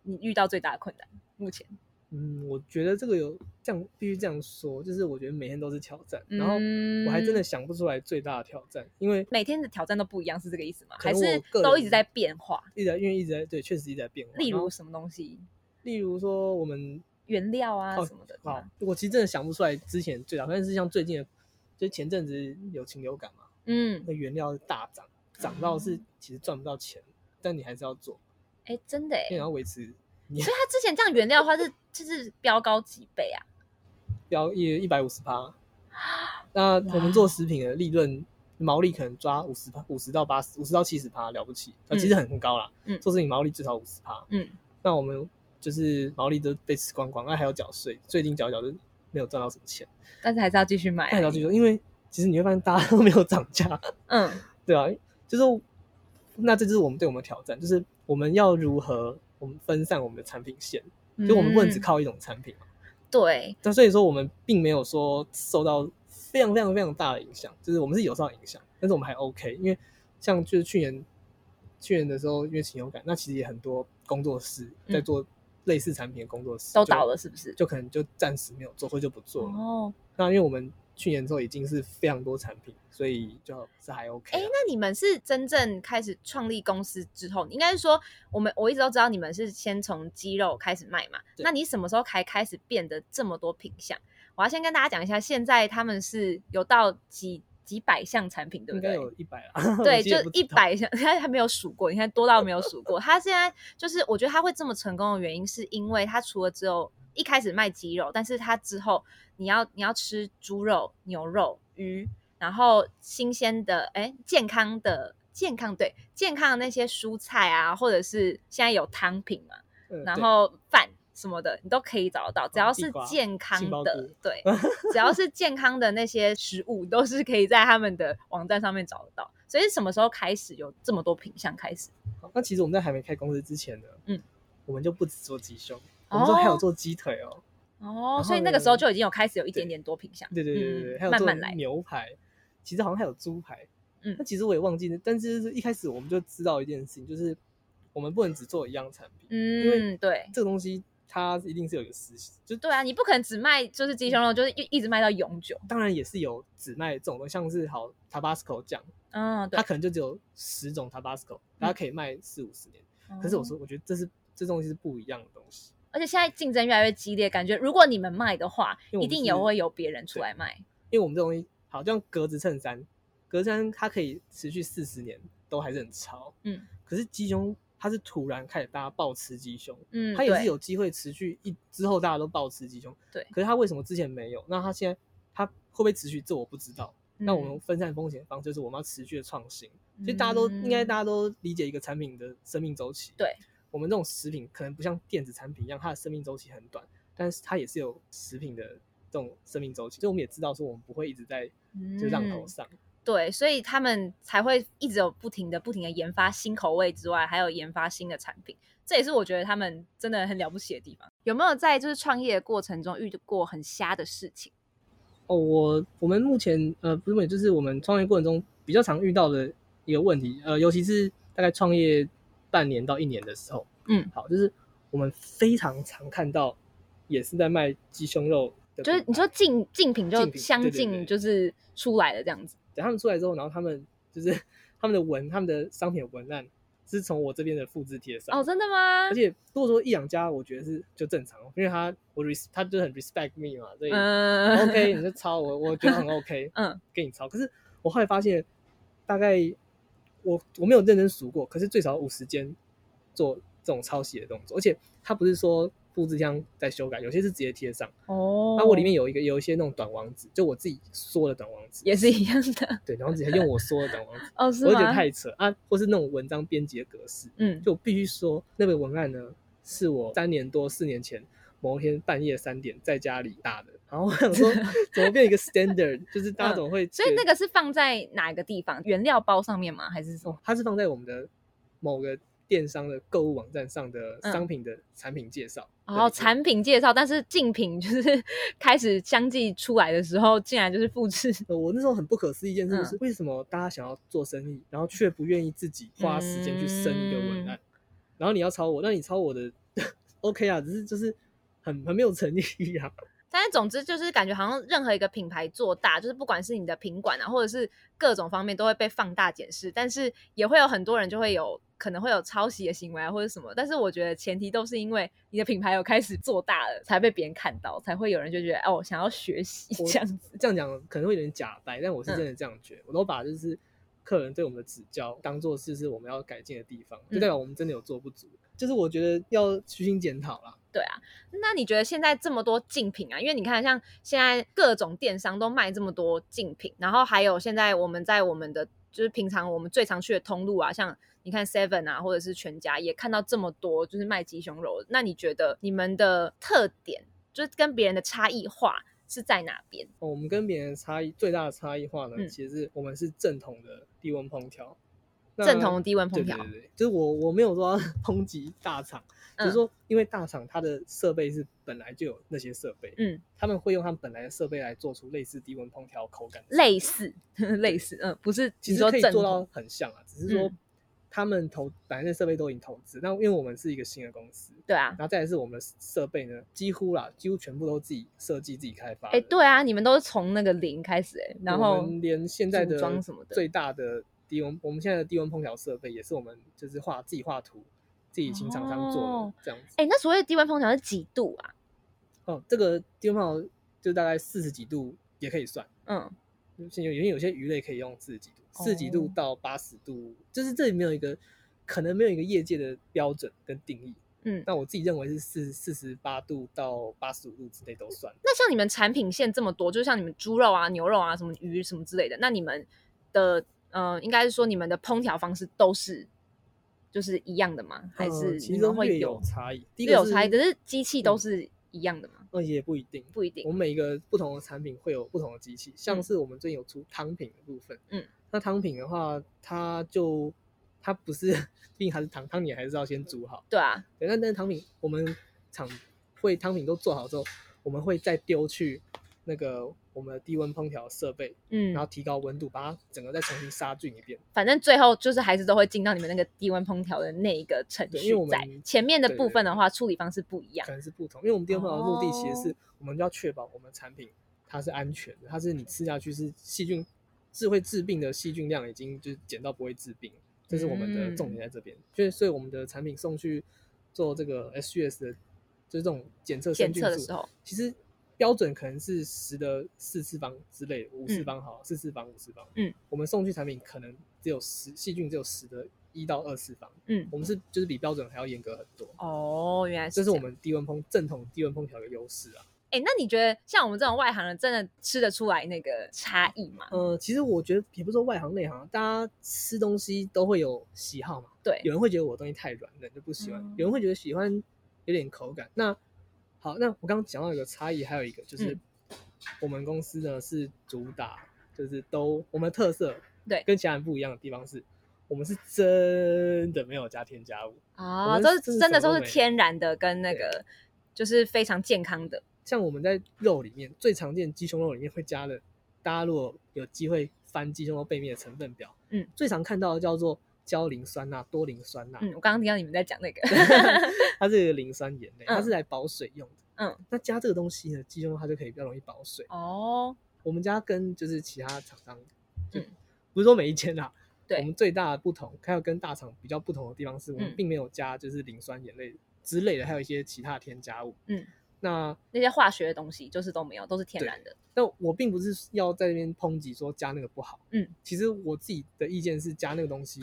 A: 你遇到最大的困难，目前，
B: 嗯，我觉得这个有这样必须这样说，就是我觉得每天都是挑战，然后
A: 我
B: 我还真的想不出来最大的挑战，因为
A: 每天的挑战都不一样，是这个意思吗？
B: 可
A: 还
B: 能我
A: 是
B: 个
A: 都
B: 人
A: 一直在变化？
B: 一直在因为一直在对，确实一直在变化。
A: 例
B: 然
A: 如
B: 后
A: 什么东西，
B: 例如说我们
A: 原料啊
B: 哦
A: 什么的。
B: 好，我其实真的想不出来之前最大，但是像最近的，就前阵子有禽流感嘛，
A: 嗯，
B: 那原料大涨，涨到是其实赚不到钱，但你还是要做，
A: 哎、真的哎、
B: 因为你要维持
A: 所以它之前这样原料的话是就是飙高几倍啊？
B: 要一一百五十趴。那我们做食品的利润毛利可能抓五十趴，五十到八十，五十到七十趴了不起，呃，
A: 嗯
B: 其实很高啦。
A: 嗯
B: 做事情毛利至少五十趴，
A: 嗯，
B: 那我们就是毛利都被吃光光，那还要缴税，最近缴一缴就没有赚到什么钱。
A: 但是还是要继续买
B: 那
A: 而已。
B: 还要继续，因为其实你会发现大家都没有涨价，
A: 哎嗯
B: 对啊，就是那这就是我们对我们的挑战，就是我们要如何我们分散我们的产品线，
A: 嗯，
B: 就我们不能只靠一种产品嘛。
A: 对，
B: 但所以说我们并没有说受到非常非常非常大的影响，就是我们是有受到影响，但是我们还 OK，因为像就是去年去年的时候，因为禽流感，那其实也很多工作室
A: 嗯
B: 在做类似产品的工作室、
A: 都
B: 就
A: 倒了，是不是？
B: 就可能就暂时没有做或就不做了。
A: 哦，
B: 那因为我们去年之后已经是非常多产品，所以就是还 OK 啊、
A: 哎，那你们是真正开始创立公司之后，应该是说我们我一直都知道你们是先从鸡肉开始卖嘛？
B: 对
A: 那你什么时候才开始变得这么多品相？我要先跟大家讲一下，现在他们是有到几几百项产品，对不
B: 应
A: 对？
B: 该有一百 啦。我
A: 对，
B: 其实也
A: 就
B: 不知
A: 一
B: 道。
A: 百 项，他还没有数过，你看多到没有数过。他现在就是，我觉得他会这么成功的原因，是因为他除了只有一开始卖鸡肉，但是他之后你要你要吃猪肉、牛肉、鱼，然后新鲜的，哎，健康的健康对健康的那些蔬菜啊，或者是现在有汤品嘛，
B: 嗯
A: 然
B: 对哦
A: 后饭什么的，你都可以找得到，只要
B: 地
A: 是
B: 瓜
A: 健康
B: 杏鲍
A: 的
B: 菇，
A: 对，只要是健康的那些食物，都是可以在他们的网站上面找得到。所以是什么时候开始有这么多品相开始？
B: 好那其实我们在还没开公司之前呢，
A: 嗯，
B: 我们就不只做鸡胸，我们之后还有做鸡腿哦。
A: 哦
B: 后，
A: 所以那个时候
B: 呢
A: 就已经有开始有一点
B: 对
A: 点多品相，
B: 对对对对
A: 嗯
B: 对，
A: 嗯
B: 还有
A: 慢
B: 做
A: 慢来，
B: 牛排，其实好像还有猪排。
A: 嗯
B: 那其实我也忘记了，但是就是一开始我们就知道一件事情，就是我们不能只做一样产品，因为
A: 嗯，对。
B: 这个东西它一定是有一个实习，就
A: 对啊，你不可能只卖就是鸡胸肉，就是一一直卖到永久。
B: 当然也是有只卖这种东西，像是好 Tabasco 酱，
A: 嗯，对
B: 它。可能就只有十种 Tabasco，它
C: 嗯
B: 可以卖四五十年。可是我
A: 哦，
B: 说，我觉得这是这东西是不一样的东西。
A: 而且现在竞争越来越激烈，感觉如果你们卖的话，
B: 因为我
A: 一
B: 们
A: 定
B: 是
A: 也会有别人出
B: 对
A: 来卖。
B: 因为我们这东西好像格子衬衫，格子衬衫它可以持续四十年都还是很潮，
C: 嗯，
B: 可是鸡胸它是突然开始大家暴吃鸡胸，
C: 嗯，
B: 它也是
C: 对
B: 有机会持续一之后大家都暴吃鸡胸，
C: 对
B: 可是它为什么之前没有？那它现在它会不会持续？这我不知道。那我们
C: 嗯
B: 分散风险的方式就是我们要持续的创新，所以大家都、应该大家都理解一个产品的生命周期。
C: 嗯对，
B: 我们这种食品可能不像电子产品一样，它的生命周期很短，但是它也是有食品的这种生命周期，所以我们也知道说我们不会一直在就浪头
C: 嗯
B: 上。
C: 对，所以他们才会一直有不停的、不停的研发新口味之外，还有研发新的产品。这也是我觉得他们真的很了不起的地方。
D: 有没有在就是创业的过程中遇过很瞎的事情？
B: 哦，我我们目前呃不是目前，就是我们创业过程中比较常遇到的一个问题，呃，尤其是大概创业半年到一年的时候，
D: 嗯，
B: 好，就是我们非常常看到也是在卖鸡胸肉的
C: 就
B: 品牌，
C: 是你说竞竞品就
B: 竞品
C: 相
B: 对对对
C: 近，就是出来了这样子。
B: 等他们出来之后，然后他们就是 他们的文，他们的商品的文案是从我这边的复制贴上
C: 哦，真的吗
B: 而？且如果说一两家，我觉得是就正常，因为他我 res 他就很 respect me 嘛，所以
C: 嗯
B: OK 你就抄我，我觉得很 OK，
C: 嗯，
B: 给你抄。可是我后来发现，大概我我没有认真数过，可是最少五十间做这种抄袭的动作，而且他不是说复制箱在修改，有些是直接贴上。啊
C: 哦
B: 那、我里面有一个有一些那种短网址，就我自己说的短网址，
C: 也是一样的。
B: 对，然后直接用我说的短网址。
C: 哦，是
B: 我就觉得
C: 吗？
B: 太扯啊，或是那种文章编辑的格式，
C: 嗯，
B: 就我必须说那个文案呢，是我三年多四年前某一天半夜三点在家里打的，然后我想 说怎么变一个 standard，就是大家怎么会觉
C: 所
B: 得、
C: 以那个是放在哪个地方？原料包上面吗？还是什么？
B: 它是放在我们的某个电商的购物网站上的
C: 嗯哦
B: 商品的产品介绍，
C: 然后
B: 产
C: 产品介绍，但是竞品就是 开始相继出来的时候，竟然就是复制。
B: 我那时候很不可思议一件事，
C: 嗯
B: 就是为什么大家想要做生意，然后却不愿意自己花时间去生一个文案，
C: 嗯
B: 然后你要抄我，那你抄我的 OK 啊，只是就是很很没有诚意啊。
C: 但是总之就是感觉好像任何一个品牌做大，就是不管是你的品管啊，或者是各种方面都会被放大检视，但是也会有很多人就会有可能会有抄袭的行为啊或者什么。但是我觉得前提都是因为你的品牌有开始做大了，才被别人看到，才会有人就觉得哦想要学习
B: 我
C: 这样子。
B: 这样讲可能会有点假掰，但我是真
C: 嗯
B: 的这样觉得，我都把就是客人对我们的指教当做是是我们要改进的地方，
C: 嗯
B: 就代表我们真的有做不足。就是我觉得要虚心检讨啦，
C: 对啊，那你觉得现在这么多竞品啊？因为你看，像现在各种电商都卖这么多竞品，然后还有现在我们在我们的就是平常我们最常去的通路啊，像你看 Seven 啊，或者是全家，也看到这么多就是卖鸡胸肉的。那你觉得你们的特点就是跟别人的差异化是在哪边？
B: 哦我们跟别人的差异最大的差异化呢，
C: 嗯
B: 其实是我们是正统的低温烹调，那
C: 正统的低温烹调
B: 呃对对对对，就是我我没有说要 抨击大厂，只
C: 嗯
B: 是说因为大厂它的设备是本来就有那些设备，
C: 嗯，
B: 他们会用他们本来的设备来做出类似低温烹调口感的
C: 类似 类似，嗯，不是
B: 其
C: 你
B: 实
C: 说
B: 可以
C: 正
B: 做
C: 统
B: 到很像啊，只是说
C: 嗯
B: 他们投本来的设备都已经投资，那因为我们是一个新的公司，
C: 对啊
B: 然。后再来是我们的设备呢，几乎啦，几乎全部都自己设计、自己开发的。
C: 哎、对啊，你们都是从那个零开始哎、然
B: 我
C: 后
B: 们连现在的
C: 组装什么的
B: 最大的低温，我们现在的低温烹调设备也是我们就是画自己画图，自己请厂商做的、
C: 哦
B: 这样子。
C: 哎、那所谓的低温烹调是几度啊？
B: 哦，这个低温烹调就大概四十几度也可以算。
C: 嗯，
B: 现有因为有些鱼类可以用四十几度，四十几度
C: 哦
B: 到八十度，就是这里没有一个可能没有一个业界的标准跟定义。
C: 嗯
B: 那我自己认为是四四十八度到八十五度之内都算。
C: 那像你们产品线这么多，就像你们猪肉啊、牛肉啊、什么鱼什么之类的，那你们的呃，应该是说你们的烹调方式都是就是一样的吗？还
B: 呃
C: 是
B: 其
C: 你
B: 实都
C: 们会
B: 略
C: 有
B: 有差异？第一
C: 略
B: 个
C: 有
B: 是
C: 差异？可是机器都
B: 嗯
C: 是一样的吗？
B: 呃也不一定，
C: 不一定
B: 我。们每一个不同的产品会有不同的机器，像
C: 嗯
B: 是我们最近有出汤品的部分，
C: 嗯，
B: 那汤品的话，它就它不是，毕竟还是汤，汤你还是要先煮好。
C: 对啊，
B: 对，那但是汤品我们厂会汤品都做好之后，我们会再丢去那个我们的低温烹调设备，
C: 嗯
B: 然，后提高温度，把它整个再重新杀菌一遍。
C: 反正最后就是还是都会进到你们那个低温烹调的那一个程
B: 对因
C: 序
B: 为我
C: 在
B: 们。
C: 前面的
B: 对
C: 部
B: 对
C: 分的
B: 对
C: 话，处理方式不一样
B: 可。能是不同，因为我们低温烹调的目的其
C: 哦
B: 实是我们要确保我们产品它是安全的，它是你吃下去是细菌是会致病的细菌量已经就是减到不会致病，这是我们的重
C: 嗯
B: 点在这边。所以所以我们的产品送去做这个 SGS 的，就是这种检测
C: 检
B: 生菌
C: 测的
B: 素
C: 时候，
B: 其实标准可能是十的四次方之类的，五次方好，四次方、五次方。
C: 嗯，
B: 我们送去产品可能只有十细菌只有十的一到二次方。
C: 嗯
B: 我们是就是比标准还要严格很多，
C: 哦，原来是
B: 这是
C: 这
B: 我
C: 样。
B: 们低温烹正统低温烹调的优势啊。
C: 哎、那你觉得像我们这种外行人，真的吃得出来那个差异吗？
B: 呃，其实我觉得也不是说外行内行，啊大家吃东西都会有喜好嘛。
C: 对
B: 有人会觉得我东西太软了就不喜欢，
A: 嗯
B: 有人会觉得喜欢有点口感。那好，那我刚刚讲到有个差异，还有一个就是
C: 嗯
B: 我们公司呢是主打就是都我们的特色，
C: 对
B: 跟其他人不一样的地方是，我们是真的没有加添加物。我
C: 啊，
B: 们
C: 都
B: 真
C: 是
B: 的
C: 真的
B: 哦什么
C: 都是
B: 都没有
C: 天然的，跟那个就是非常健康的。
B: 像我们在肉里面最常见鸡胸肉里面会加的，大家如果有机会翻鸡胸肉背面的成分表，
C: 嗯，
B: 最常看到的叫做焦磷酸钠、多磷酸钠，
C: 嗯，我刚刚听到你们在讲那个，
B: 它是一个磷酸盐类，
C: 嗯
B: 它是来保水用的。
C: 嗯，
B: 那加这个东西呢，鸡胸肉它就可以比较容易保水。
C: 哦，
B: 我们家跟就是其他厂商，就
C: 嗯
B: 不是说每一间啦，
C: 对
B: 我们最大的不同，还有跟大厂比较不同的地方是，我们
C: 嗯
B: 并没有加就是磷酸盐类之类的，还有一些其他的添加物。
C: 嗯，
B: 那
C: 那些化学的东西就是都没有，都是天然的。
B: 但我并不是要在那边抨击说加那个不好，
C: 嗯，
B: 其实我自己的意见是加那个东西，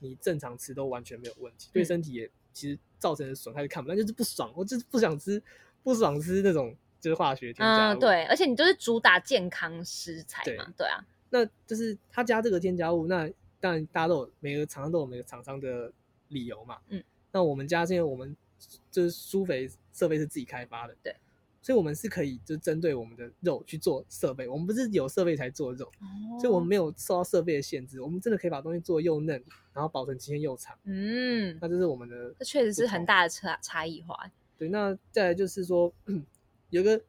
B: 你正常吃都完全没有问题，对
C: 嗯
B: 身体也其实造成的损害是看不到，就是不爽，我就是不想吃，不爽吃那种就是化学添加物，
C: 嗯，对，而且你就是主打健康食材嘛，对啊，
B: 那就是他加这个添加物，那当然大家都有每个厂商都有每个厂商的理由嘛。
C: 嗯，
B: 那我们家现在我们就是苏肥设备是自己开发的，
C: 对，
B: 所以我们是可以就针对我们的肉去做设备，我们不是有设备才做肉，
C: 哦
B: 所以我们没有受到设备的限制，我们真的可以把东西做得又嫩，然后保存期限又长，
C: 嗯，
B: 那这是我们的
C: 这确实是
B: 不同
C: 很大的差差异化。
B: 对，那再来就是说，有一个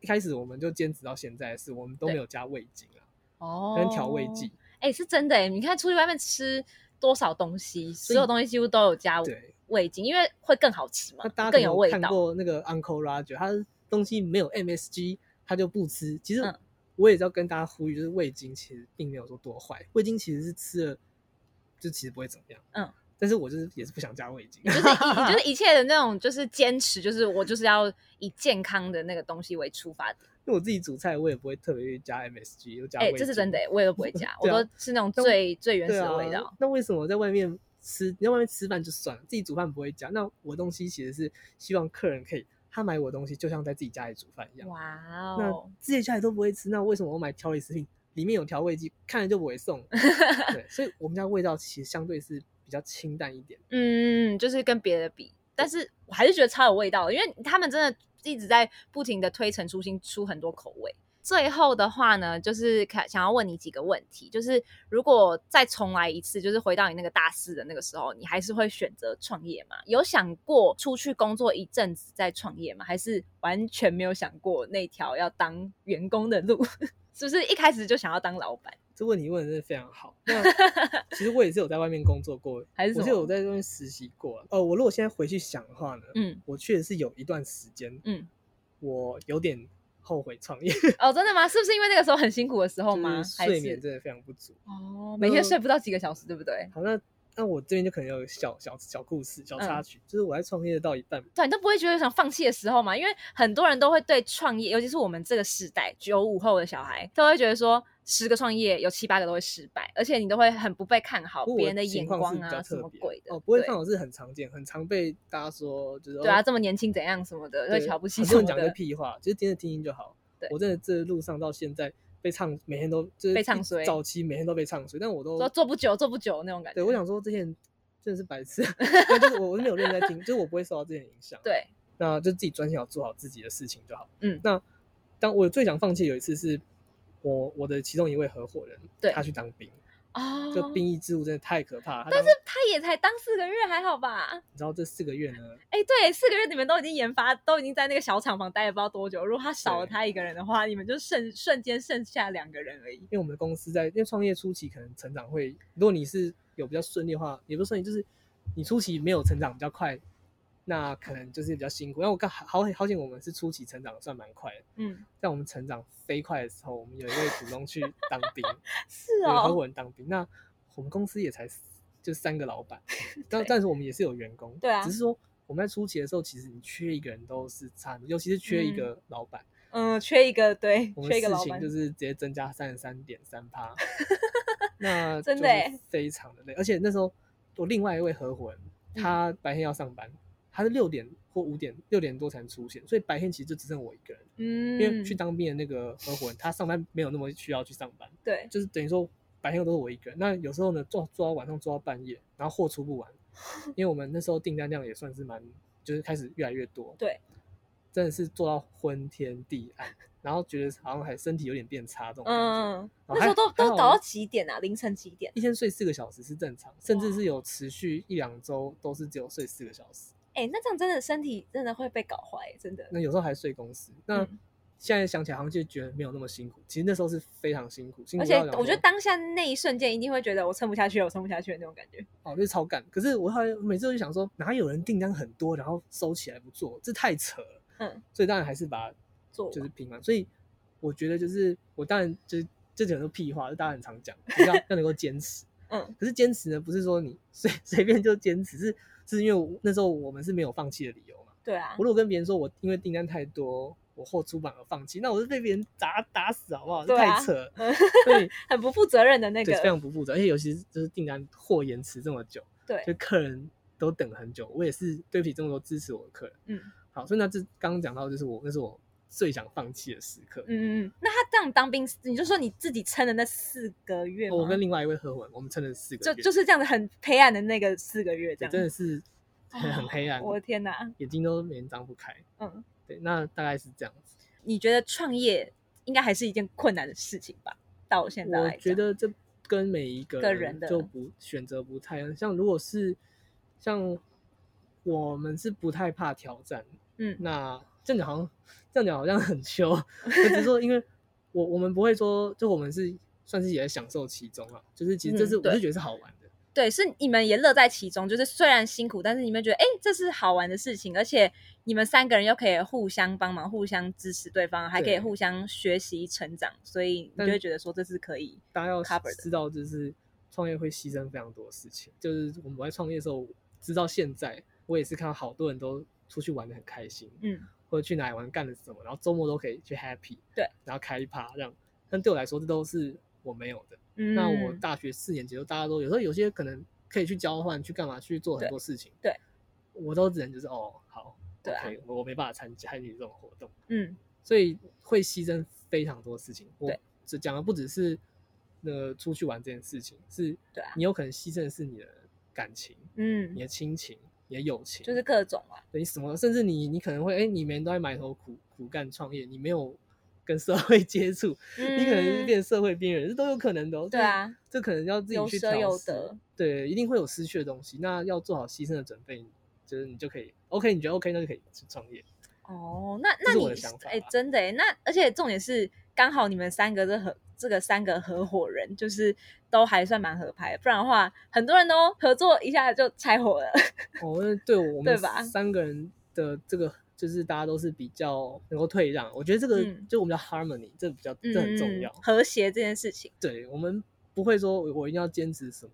B: 一开始我们就坚持到现在的是，我们都
C: 对
B: 没有加味精啊，
C: 哦，
B: 跟调味剂。，
C: 哎、是真的哎、你看出去外面吃多少东西，所
B: 以
C: 有东西几乎都有加
B: 对，
C: 味精，因为会更好吃嘛
B: 那大家，可
C: 更
B: 能
C: 有
B: 有
C: 味
B: 看
C: 道。
B: 过那个 Uncle Roger，他东西没有 MSG，他就不吃。其实
C: 嗯
B: 我也是要跟大家呼吁，就是味精其实并没有说多坏，味精其实是吃了就其实不会怎么样。
C: 嗯，
B: 但是我就是也是不想加味精。
C: 就是一
B: 啊
C: 就是一切的那种，就是坚持，就是我就是要以健康的那个东西为出发点。
B: 因为我自己煮菜，我也不会特别去加 MSG，又加
C: 哎、
B: 味精。
C: 这是真的、欸，我也都不会 加，我
B: 对啊
C: 都吃那种
B: 但
C: 最最原始
B: 对
C: 的
B: 啊
C: 味道。。
B: 那为什么在外面吃，你在外面吃饭就算了，自己煮饭不会加？那我东西其实是希望客人可以，他买我的东西就像在自己家里煮饭一样。
C: 哇
B: 那
C: 哦，
B: 自己家里都不会吃，那为什么我买调理食品里面有调味剂，看着就不会送？对，所以我们家味道其实相对是比较清淡一点。
C: 嗯，就是跟别的比，但是我还是觉得超有味道的，因为他们真的一直在不停的推陈出新，出很多口味。最后的话呢，就是看想要问你几个问题，就是如果再重来一次，就是回到你那个大四的那个时候，你还是会选择创业吗？有想过出去工作一阵子再创业吗？还是完全没有想过那条要当员工的路？ 是不是一开始就想要当老板？
B: 这问题问的真的非常好。 那其实我也是有在外面工作过，
C: 还是什
B: 我
C: 么
B: 是有在外面实习过啊。呃，我如果现在回去想的话呢，
C: 嗯，
B: 我确实是有一段时间，
C: 嗯，
B: 我有点后悔创业，
C: 哦，真的吗？是不是因为那个时候很辛苦的时候
B: 就
C: 哦吗？
B: 是
C: 还
B: 睡
C: 是
B: 眠真的非常不足。
C: 哦，
B: 那
C: 每天睡不到几个小时，对不对？
B: 好，那那我这边就可能有小小小故事、小
C: 嗯
B: 插曲，就是我在创业到一半，
C: 对，啊你都不会觉得想放弃的时候嘛？因为很多人都会对创业，尤其是我们这个时代九五后的小孩，都会觉得说，十个创业有七八个都会失败，而且你都会很不被看好
B: 不过
C: 别
B: 我
C: 人的眼
B: 情况
C: 光
B: 是比较
C: 啊，什
B: 特
C: 么
B: 别
C: 鬼的。
B: 哦，不会
C: 对
B: 放手是很常见，很常被大家说就是
C: 对啊，
B: 哦
C: 这么年轻怎样什么的，会
B: 对
C: 瞧不起
B: 很
C: 什
B: 多人
C: 么
B: 讲个
C: 的。
B: 屁话，就是听着听听就好
C: 对。
B: 我真的这路上到现在被唱，每天都就是
C: 被唱
B: 一
C: 衰
B: 早期每天都被唱衰，但我都
C: 说做不久，做不久那种感觉。
B: 对我想说这些人真的是白 痴，啊但就是我我是没有认真在听，就是我不会受到这些影响。，
C: 对，
B: 那就自己专心好做好自己的事情就好。
C: 嗯
B: 那当我最想放弃有一次是我我的其中一位合伙人，
C: 对
B: 他去当兵，
C: 哦，
B: 这兵役制度真的太可怕了。但
C: 但是他也才当四个月，还好吧？
B: 你知道这四个月呢，
C: 哎，对，四个月你们都已经研发，都已经在那个小厂房待了不知道多久。如果他少了
B: 对
C: 他一个人的话，你们就剩瞬间剩下两个人而已。
B: 因为我们公司在因为创业初期可能成长会，如果你是有比较顺利的话，也不是顺利，就是你初期没有成长比较快，那可能就是比较辛苦。然后我刚好好好险，我们是初期成长算蛮快的，
C: 嗯，
B: 在我们成长飞快的时候，我们有一位股东去当兵，
C: 是
B: 有一个合
C: 哦，
B: 伙人当兵。那我们公司也才就三个老 板，但但是我们也是有员工，
C: 对啊
B: 只是说我们在初期的时候，其实你缺一个人都是差很多，尤其是缺一
C: 嗯
B: 个老板，
A: 嗯，缺一个，对
B: 我，们
A: 缺一个
B: 事
A: 老
B: 情
A: 板
B: 就。是直接增加三十三点三 趴，那
A: 真的
B: 就是
A: 欸
B: 非常的累。而且那时候我另外一位合伙人，
A: 嗯
B: 他白天要上班，他是六点或五点六点多才能出现，所以白天其实就只剩我一个人。
A: 嗯，
B: 因为去当兵的那个合伙人，他上班没有那么需要去上班，
A: 对，
B: 就是等于说白天都是我一个人。那有时候呢，做做到晚上做到半夜，然后货出不 完，因为我们那时候订单量也算是蛮，就是开始越来越多。
A: 对，
B: 真的是做到昏天地暗，然后觉得好像还身体有点变差这种感觉。
A: 嗯，
B: 哦
A: 那时候都
B: 还
A: 都
B: 还好
A: 搞到几点啊？凌晨几点？
B: 一天睡四个小时是正常，甚至是有持续一两周都是只有睡四个小时。
A: 哎、那这样真的身体真的会被搞坏，真的。
B: 那有时候还睡公司。那
A: 嗯
B: 现在想起来好像就觉得没有那么辛苦，其实那时候是非常辛苦，辛苦
A: 而且
B: 到想
A: 我觉
B: 说
A: 得当下那一瞬间一定会觉得我撑不下去了，我撑不下去了那种感觉。
B: 哦，就是超赶。可是我后来每次都就想说，哪有人订单很多，然后收起来不做，这太扯了。
A: 嗯，
B: 所以当然还是把
A: 做
B: 就是
A: 完
B: 平完。所以我觉得就是我当然就是这种都屁话，就大家很常讲，就是 要要能够坚持。
A: 嗯，
B: 可是坚持呢，不是说你随 随便就坚持，是是因为我那时候我们是没有放弃的理由嘛。
A: 对啊
B: 我，如果跟别人说我因为订单太多，我后出版而放弃，那我是被别人打打死好不好？这
A: 对啊
B: 太扯了。
A: 嗯
B: 所以
A: 很不负责任的那
B: 对，非
A: 个，
B: 常不负责，而且尤其是就是订单货延迟这么久，
A: 对
B: 就客人都等很久，我也是对不起这么多支持我的客人。
A: 嗯
B: 好，所以那这刚刚讲到，就是我那是我最想放弃的时刻。
A: 嗯嗯嗯。那他这样当兵，你就说你自己撑的那四个月吗，
B: 哦我跟另外一位合伙人，我们撑了四个
A: 就
B: 月，
A: 就是这样子很黑暗的那个四个月，这
B: 对
A: 样
B: 真的是很
A: 哦
B: 很黑暗，
A: 我的天哪，
B: 眼睛都每天张不开。
A: 嗯，
B: 对，那大概是这样子。
A: 你觉得创业应该还是一件困难的事情吧？到现在
B: 我
A: 来
B: 觉
A: 讲，
B: 得这跟每一个
A: 个人的
B: 就不选择不太一样。像如果是像我们是不太怕挑战，
A: 嗯
B: 那这样讲好像这样讲好像很羞， 我只是说因为我我们不会说，就我们是算是也在享受其中啊，就是其实这
A: 嗯
B: 是、我
A: 对
B: 是觉得是好玩的，
A: 对，是你们也乐在其中，就是虽然辛苦，但是你们觉得哎，诶这是好玩的事情，而且你们三个人又可以互相帮忙、互相支持对方，还可以
B: 对
A: 互相学习成长，所以你就
B: 但
A: 会觉得说这是可以，
B: 大家要
A: cover 的
B: 知道就是创业会牺牲非常多的事情，就是我们在创业的时候，直到现在我也是看到好多人都出去玩的很开心，
A: 嗯，
B: 或者去哪里玩干了什么，然后周末都可以去 happy，
A: 对，
B: 然后开一趴这样。但对我来说，这都是我没有的。
A: 嗯
B: 那我大学四年级就大家都有时候有些可能可以去交换，去干嘛去做很多事情，
A: 对
B: 我都只能就是哦好，
A: 对啊
B: o k 我我没办法参加参与这种活动，
A: 嗯
B: 所以会牺牲非常多事情。我
A: 对
B: 只讲的不只是呃出去玩这件事情，是
A: 对啊
B: 你有可能牺牲的是你的感情、你
A: 嗯，
B: 的亲情、你的友情，
A: 就是各种啊，
B: 等于什么，甚至你你可能会哎，你每天都在埋头苦苦干创业，你没有跟社会 接触，你可能是
A: 嗯
B: 变社会边缘人，这都有可能的、哦。
A: 对啊，
B: 这可能要自己
A: 有
B: 去
A: 舍
B: 调
A: 有
B: 试
A: 得，
B: 对，一定会有失去的东西，那要做好牺牲的准备，就是你就可以 OK，你觉得 OK，那就可以去创业。
A: 哦，那
B: 这
A: 那
B: 是我
A: 你
B: 的想法
A: 哎、
B: 啦
A: 真的哎、那而且重点是刚好你们三个这合这个三个合伙人就是都还算蛮合拍的，不然的话很多人都合作一下就拆伙了。
B: 哦，那对我
A: 对
B: 们
A: 吧
B: 三个人的这个。就是大家都是比较能够退让，我觉得这个、
A: 嗯
B: 就我们叫 harmony，这比较这很重要。
A: 嗯、和谐这件事情。
B: 对我们不会说我我一定要坚持什么，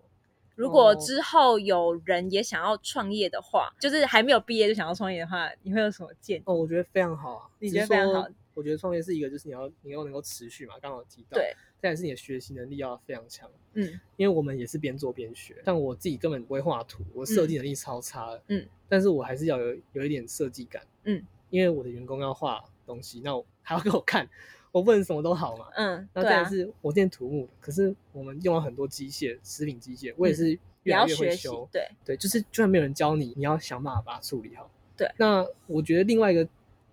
A: 如果
B: 哦
A: 之后有人也想要创业的话，就是还没有毕业就想要创业的话，你会有什么建议？
B: 哦，我觉得非常好啊，
A: 你
B: 只
A: 觉
B: 是
A: 得非常
B: 说
A: 好。
B: 我觉得创业是一个，就是你要你要能够持续嘛，刚好提到。
A: 对。
B: 再来是你的学习能力要非常强，
A: 嗯
B: 因为我们也是边做边学。像我自己根本不会画图，我设计能力超差的。
A: 嗯。
B: 但是我还是要有有一点设计感。
A: 嗯。
B: 因为我的员工要画东西，那我还要给我看，我不能什么都好嘛。
A: 嗯，
B: 那
A: 对
B: 再
A: 啊
B: 来，是我之前土木，可是我们用了很多机械、食品机械，我也
A: 嗯
B: 是
A: 也
B: 越
A: 要
B: 来越会
A: 学习
B: 修。，
A: 对，
B: 对，就是就算没有人教你，你要想办法把它处理好。
A: 对，
B: 那我觉得另外一个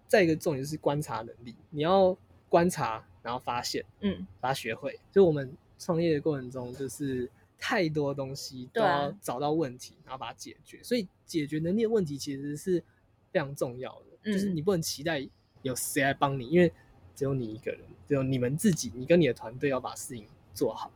B: 再一个重点就是观察能力，你要观察，然后发现，
A: 嗯，
B: 把它学会。就我们创业的过程中，就是太多东西都
A: 对啊
B: 要找到问题，然后把它解决。所以解决能力的问题其实是非常重要的，就是
A: 嗯
B: 你不能期待有谁来帮你，因为只有你一个人，只有你们自己，你跟你的团队要把事情做好。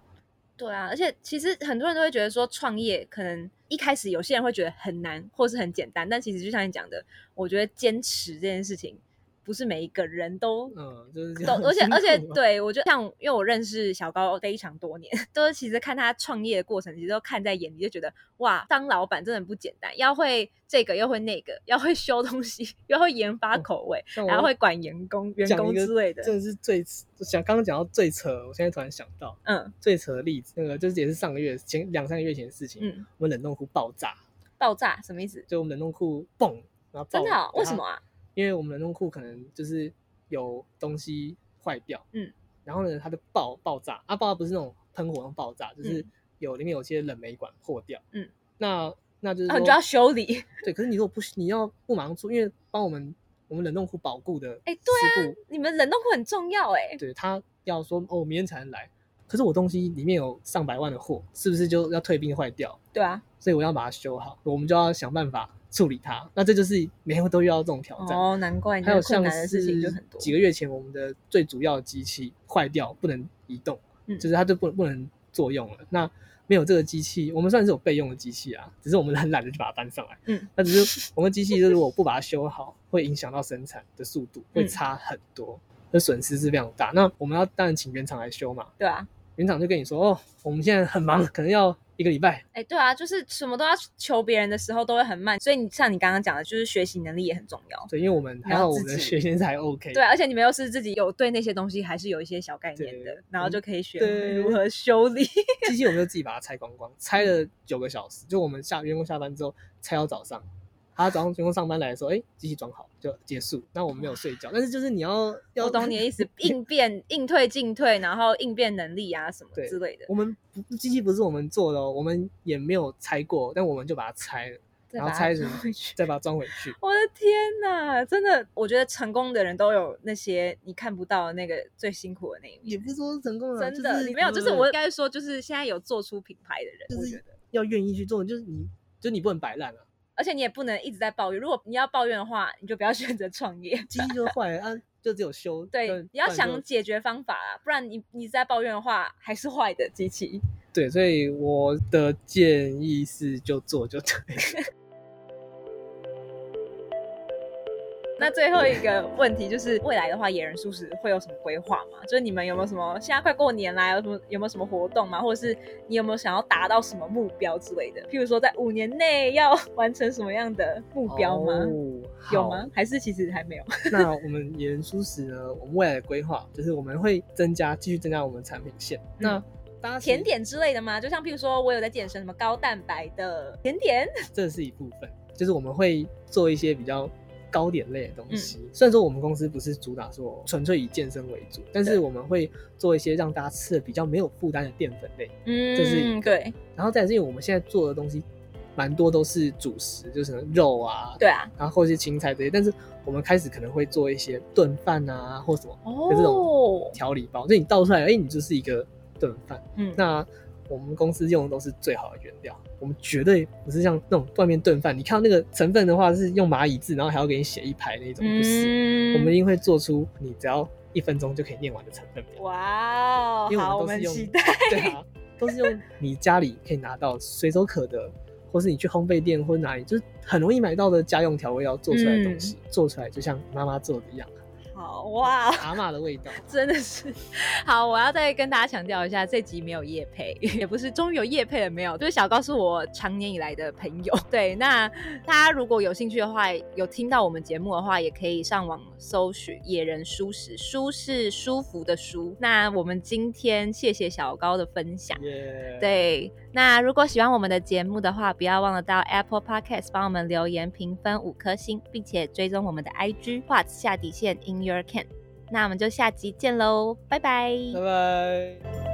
A: 对啊，而且其实很多人都会觉得说创业可能一开始有些人会觉得很难或是很简单，但其实就像你讲的，我觉得坚持这件事情
C: 不是每一个人都
B: 嗯，就是 这样
C: 懂，而且而且
B: 辛苦啊，
C: 对我觉得像，因为我认识小高非常多年， 都是其实看他创业的过程，其实都看在眼里，就觉得哇，当老板真的不简单，要会这个，又会那个，要会修东西，又会研发口味，
B: 像哦我
C: 然后会管员工员
B: 讲
C: 工
B: 一个
C: 之类的。
B: 真的是最想刚刚讲到最扯，我现在突然想到
C: 嗯
B: 最扯的例子，那个就是也是上个月前两三个月前的事情，
C: 嗯，
B: 我们冷冻库爆炸，
C: 爆炸什么意思？
B: 就我们冷冻库嘣，然后爆
C: 真的哦、
B: 然后
C: 为什么啊？
B: 因为我们冷冻库可能就是有东西坏掉，
C: 嗯，
B: 然后呢，它就爆爆炸，啊，爆炸不是那种喷火那种爆炸，就是
C: 嗯
B: 有里面有些冷媒管破掉，
C: 嗯，
B: 那那就是
C: 然
B: 说
C: 后你就要修理。
B: 对，可是你如果不你要不马上做，因为帮我们我们冷冻库保固的
C: 哎
B: 师傅，
C: 你们冷冻库很重要哎、
B: 对他要说哦，我明天才能来，可是我东西里面有上百万的货，是不是就要退冰坏掉？
C: 对啊，
B: 所以我要把它修好，我们就要想办法处理它。那这就是每天都遇到这种挑战。
C: 哦，难怪你
B: 还有
C: 困
B: 像
C: 难的事情就是很多。
B: 几个月前，我们的最主要的机器坏掉，不能移动，
C: 嗯
B: 就是它就不不能作用了。那没有这个机器，我们算是有备用的机器啊，只是我们很懒得就把它搬上来。
C: 嗯，
B: 那只是我们机器，如果不把它修好，会影响到生产的速度，会
C: 嗯
B: 差很多，那损失是非常大。那我们要当然请原厂来修嘛，
C: 对啊，
B: 原厂就跟你说哦，我们现在很忙，可能要一个礼拜。
C: 哎、对啊，就是什么都要求别人的时候都会很慢，所以你像你刚刚讲的，就是学习能力也很重要。
B: 对，因为我们
C: 你
B: 还
C: 要
B: 好，我们
C: 自
B: 的
C: 己
B: 学生才 OK。
C: 对啊，而且你们又是自己有对那些东西还是有一些小概念的
B: 对，
C: 然后
B: 嗯
C: 就可以学
B: 对
C: 如何修 理。
B: 机器我们就自己把它拆光光，拆了九个小时，就我们下员工下班之后拆到早上，他早上员工上班来的时候，哎、机器装好就结束。那我们没有睡觉，但是就是你要要，
C: 我懂你的意思，应变、应退、进退，然后应变能力啊什么
B: 对
C: 之类的，
B: 我们不机器不是我们做的哦，我们也没有拆过，但我们就把它拆了，
C: 再
B: 然
C: 把
B: 后
C: 它
B: 拆成
C: 装回去。
B: 再把它装回 去。
C: 我的天哪，真的，我觉得成功的人都有那些你看不到的那个最辛苦的那一
B: 也
C: 面
B: 不。是说成功了，
C: 真的，
B: 嗯就是、
C: 你没有，就是我应该说，就是现在有做出品牌的人，
B: 就
C: 我
B: 是
C: 觉得，
B: 要愿意去做，就是你就你不能摆烂啊。
C: 而且你也不能一直在抱怨。如果你要抱怨的话，你就不要 选择创业。
B: 机器就坏了，啊，就只有修。
C: 对，你要
B: 不然就
C: 想解决方法啦，不然你你再抱怨的话，还是坏的机 器。
B: 对，所以我的建议是就做就对了。
C: 那最后一个问题就是，未来的话，野人素食会有什么规划吗？就是你们有没有什么，现在快过年啦，有什么有没有什么活动吗？或者是你有没有想要达到什么目标之类的？譬如说，在五年内要完成什么样的目标吗？
B: 哦
C: 有
B: 好
C: 吗？还是其实还没有？
B: 那我们野人舒适呢，我们未来的规划就是我们会增加，继续增加我们的产品线。
C: 嗯
B: 那大家其实
C: 甜点之类的吗？就像譬如说我有在健身，什么高蛋白的甜 点，
B: 这是一部分，就是我们会做一些比较糕点类的东西。
C: 嗯
B: 虽然说我们公司不是主打说纯粹以健身为主，但
C: 对
B: 是我们会做一些让大家吃的比较没有负担的淀粉类。
C: 嗯，
B: 这是一个
C: 对
B: 然后再来是因为我们现在做的东西蛮多都是主食，就是什么肉啊，
C: 对啊，
B: 然后或者是青菜这些，但是我们开始可能会做一些炖饭啊或什么
C: 哦
B: 这种调理包，所以你倒出来，哎、你就是一个炖饭。
C: 嗯，
B: 那我们公司用的都是最好的原料，我们绝对不是像那种外面炖饭，你看到那个成分的话是用蚂蚁字，然后还要给你写一排那种，不是，
C: 嗯
B: 我们一定会做出你只要一分钟就可以念完的成分表。
C: 哇哦，
B: 因为
C: 好，
B: 我
C: 我
B: 们
C: 们
B: 都是
C: 期
B: 用
C: 待。
B: 对啊， 都是用你家里可以拿到随手可得，或是你去烘焙店或哪里，就是很容易买到的家用调味料做出来的东西，
C: 嗯
B: 做出来就像妈妈做的一样，
C: 好哇，
B: 阿嬷的味道。
E: 哦 真的是好，我要再跟大家强调一下，这集没有叶配， 也不是终于有叶配了没有，就是小高是我常年以来的朋友。 对，那大家如果有兴趣的话，有听到我们节目的话，也可以上网搜寻“野人舒适”，舒是舒服的舒。那我们今天谢谢小高的分享。
B: 耶，
E: 对，那如果喜欢我们的节目的话，不要忘了到 Apple Podcast 帮我们留言评分五颗星，并且追踪我们的 IG What 下底线 In Your Can。那我们就下集见喽，拜拜
B: 拜拜。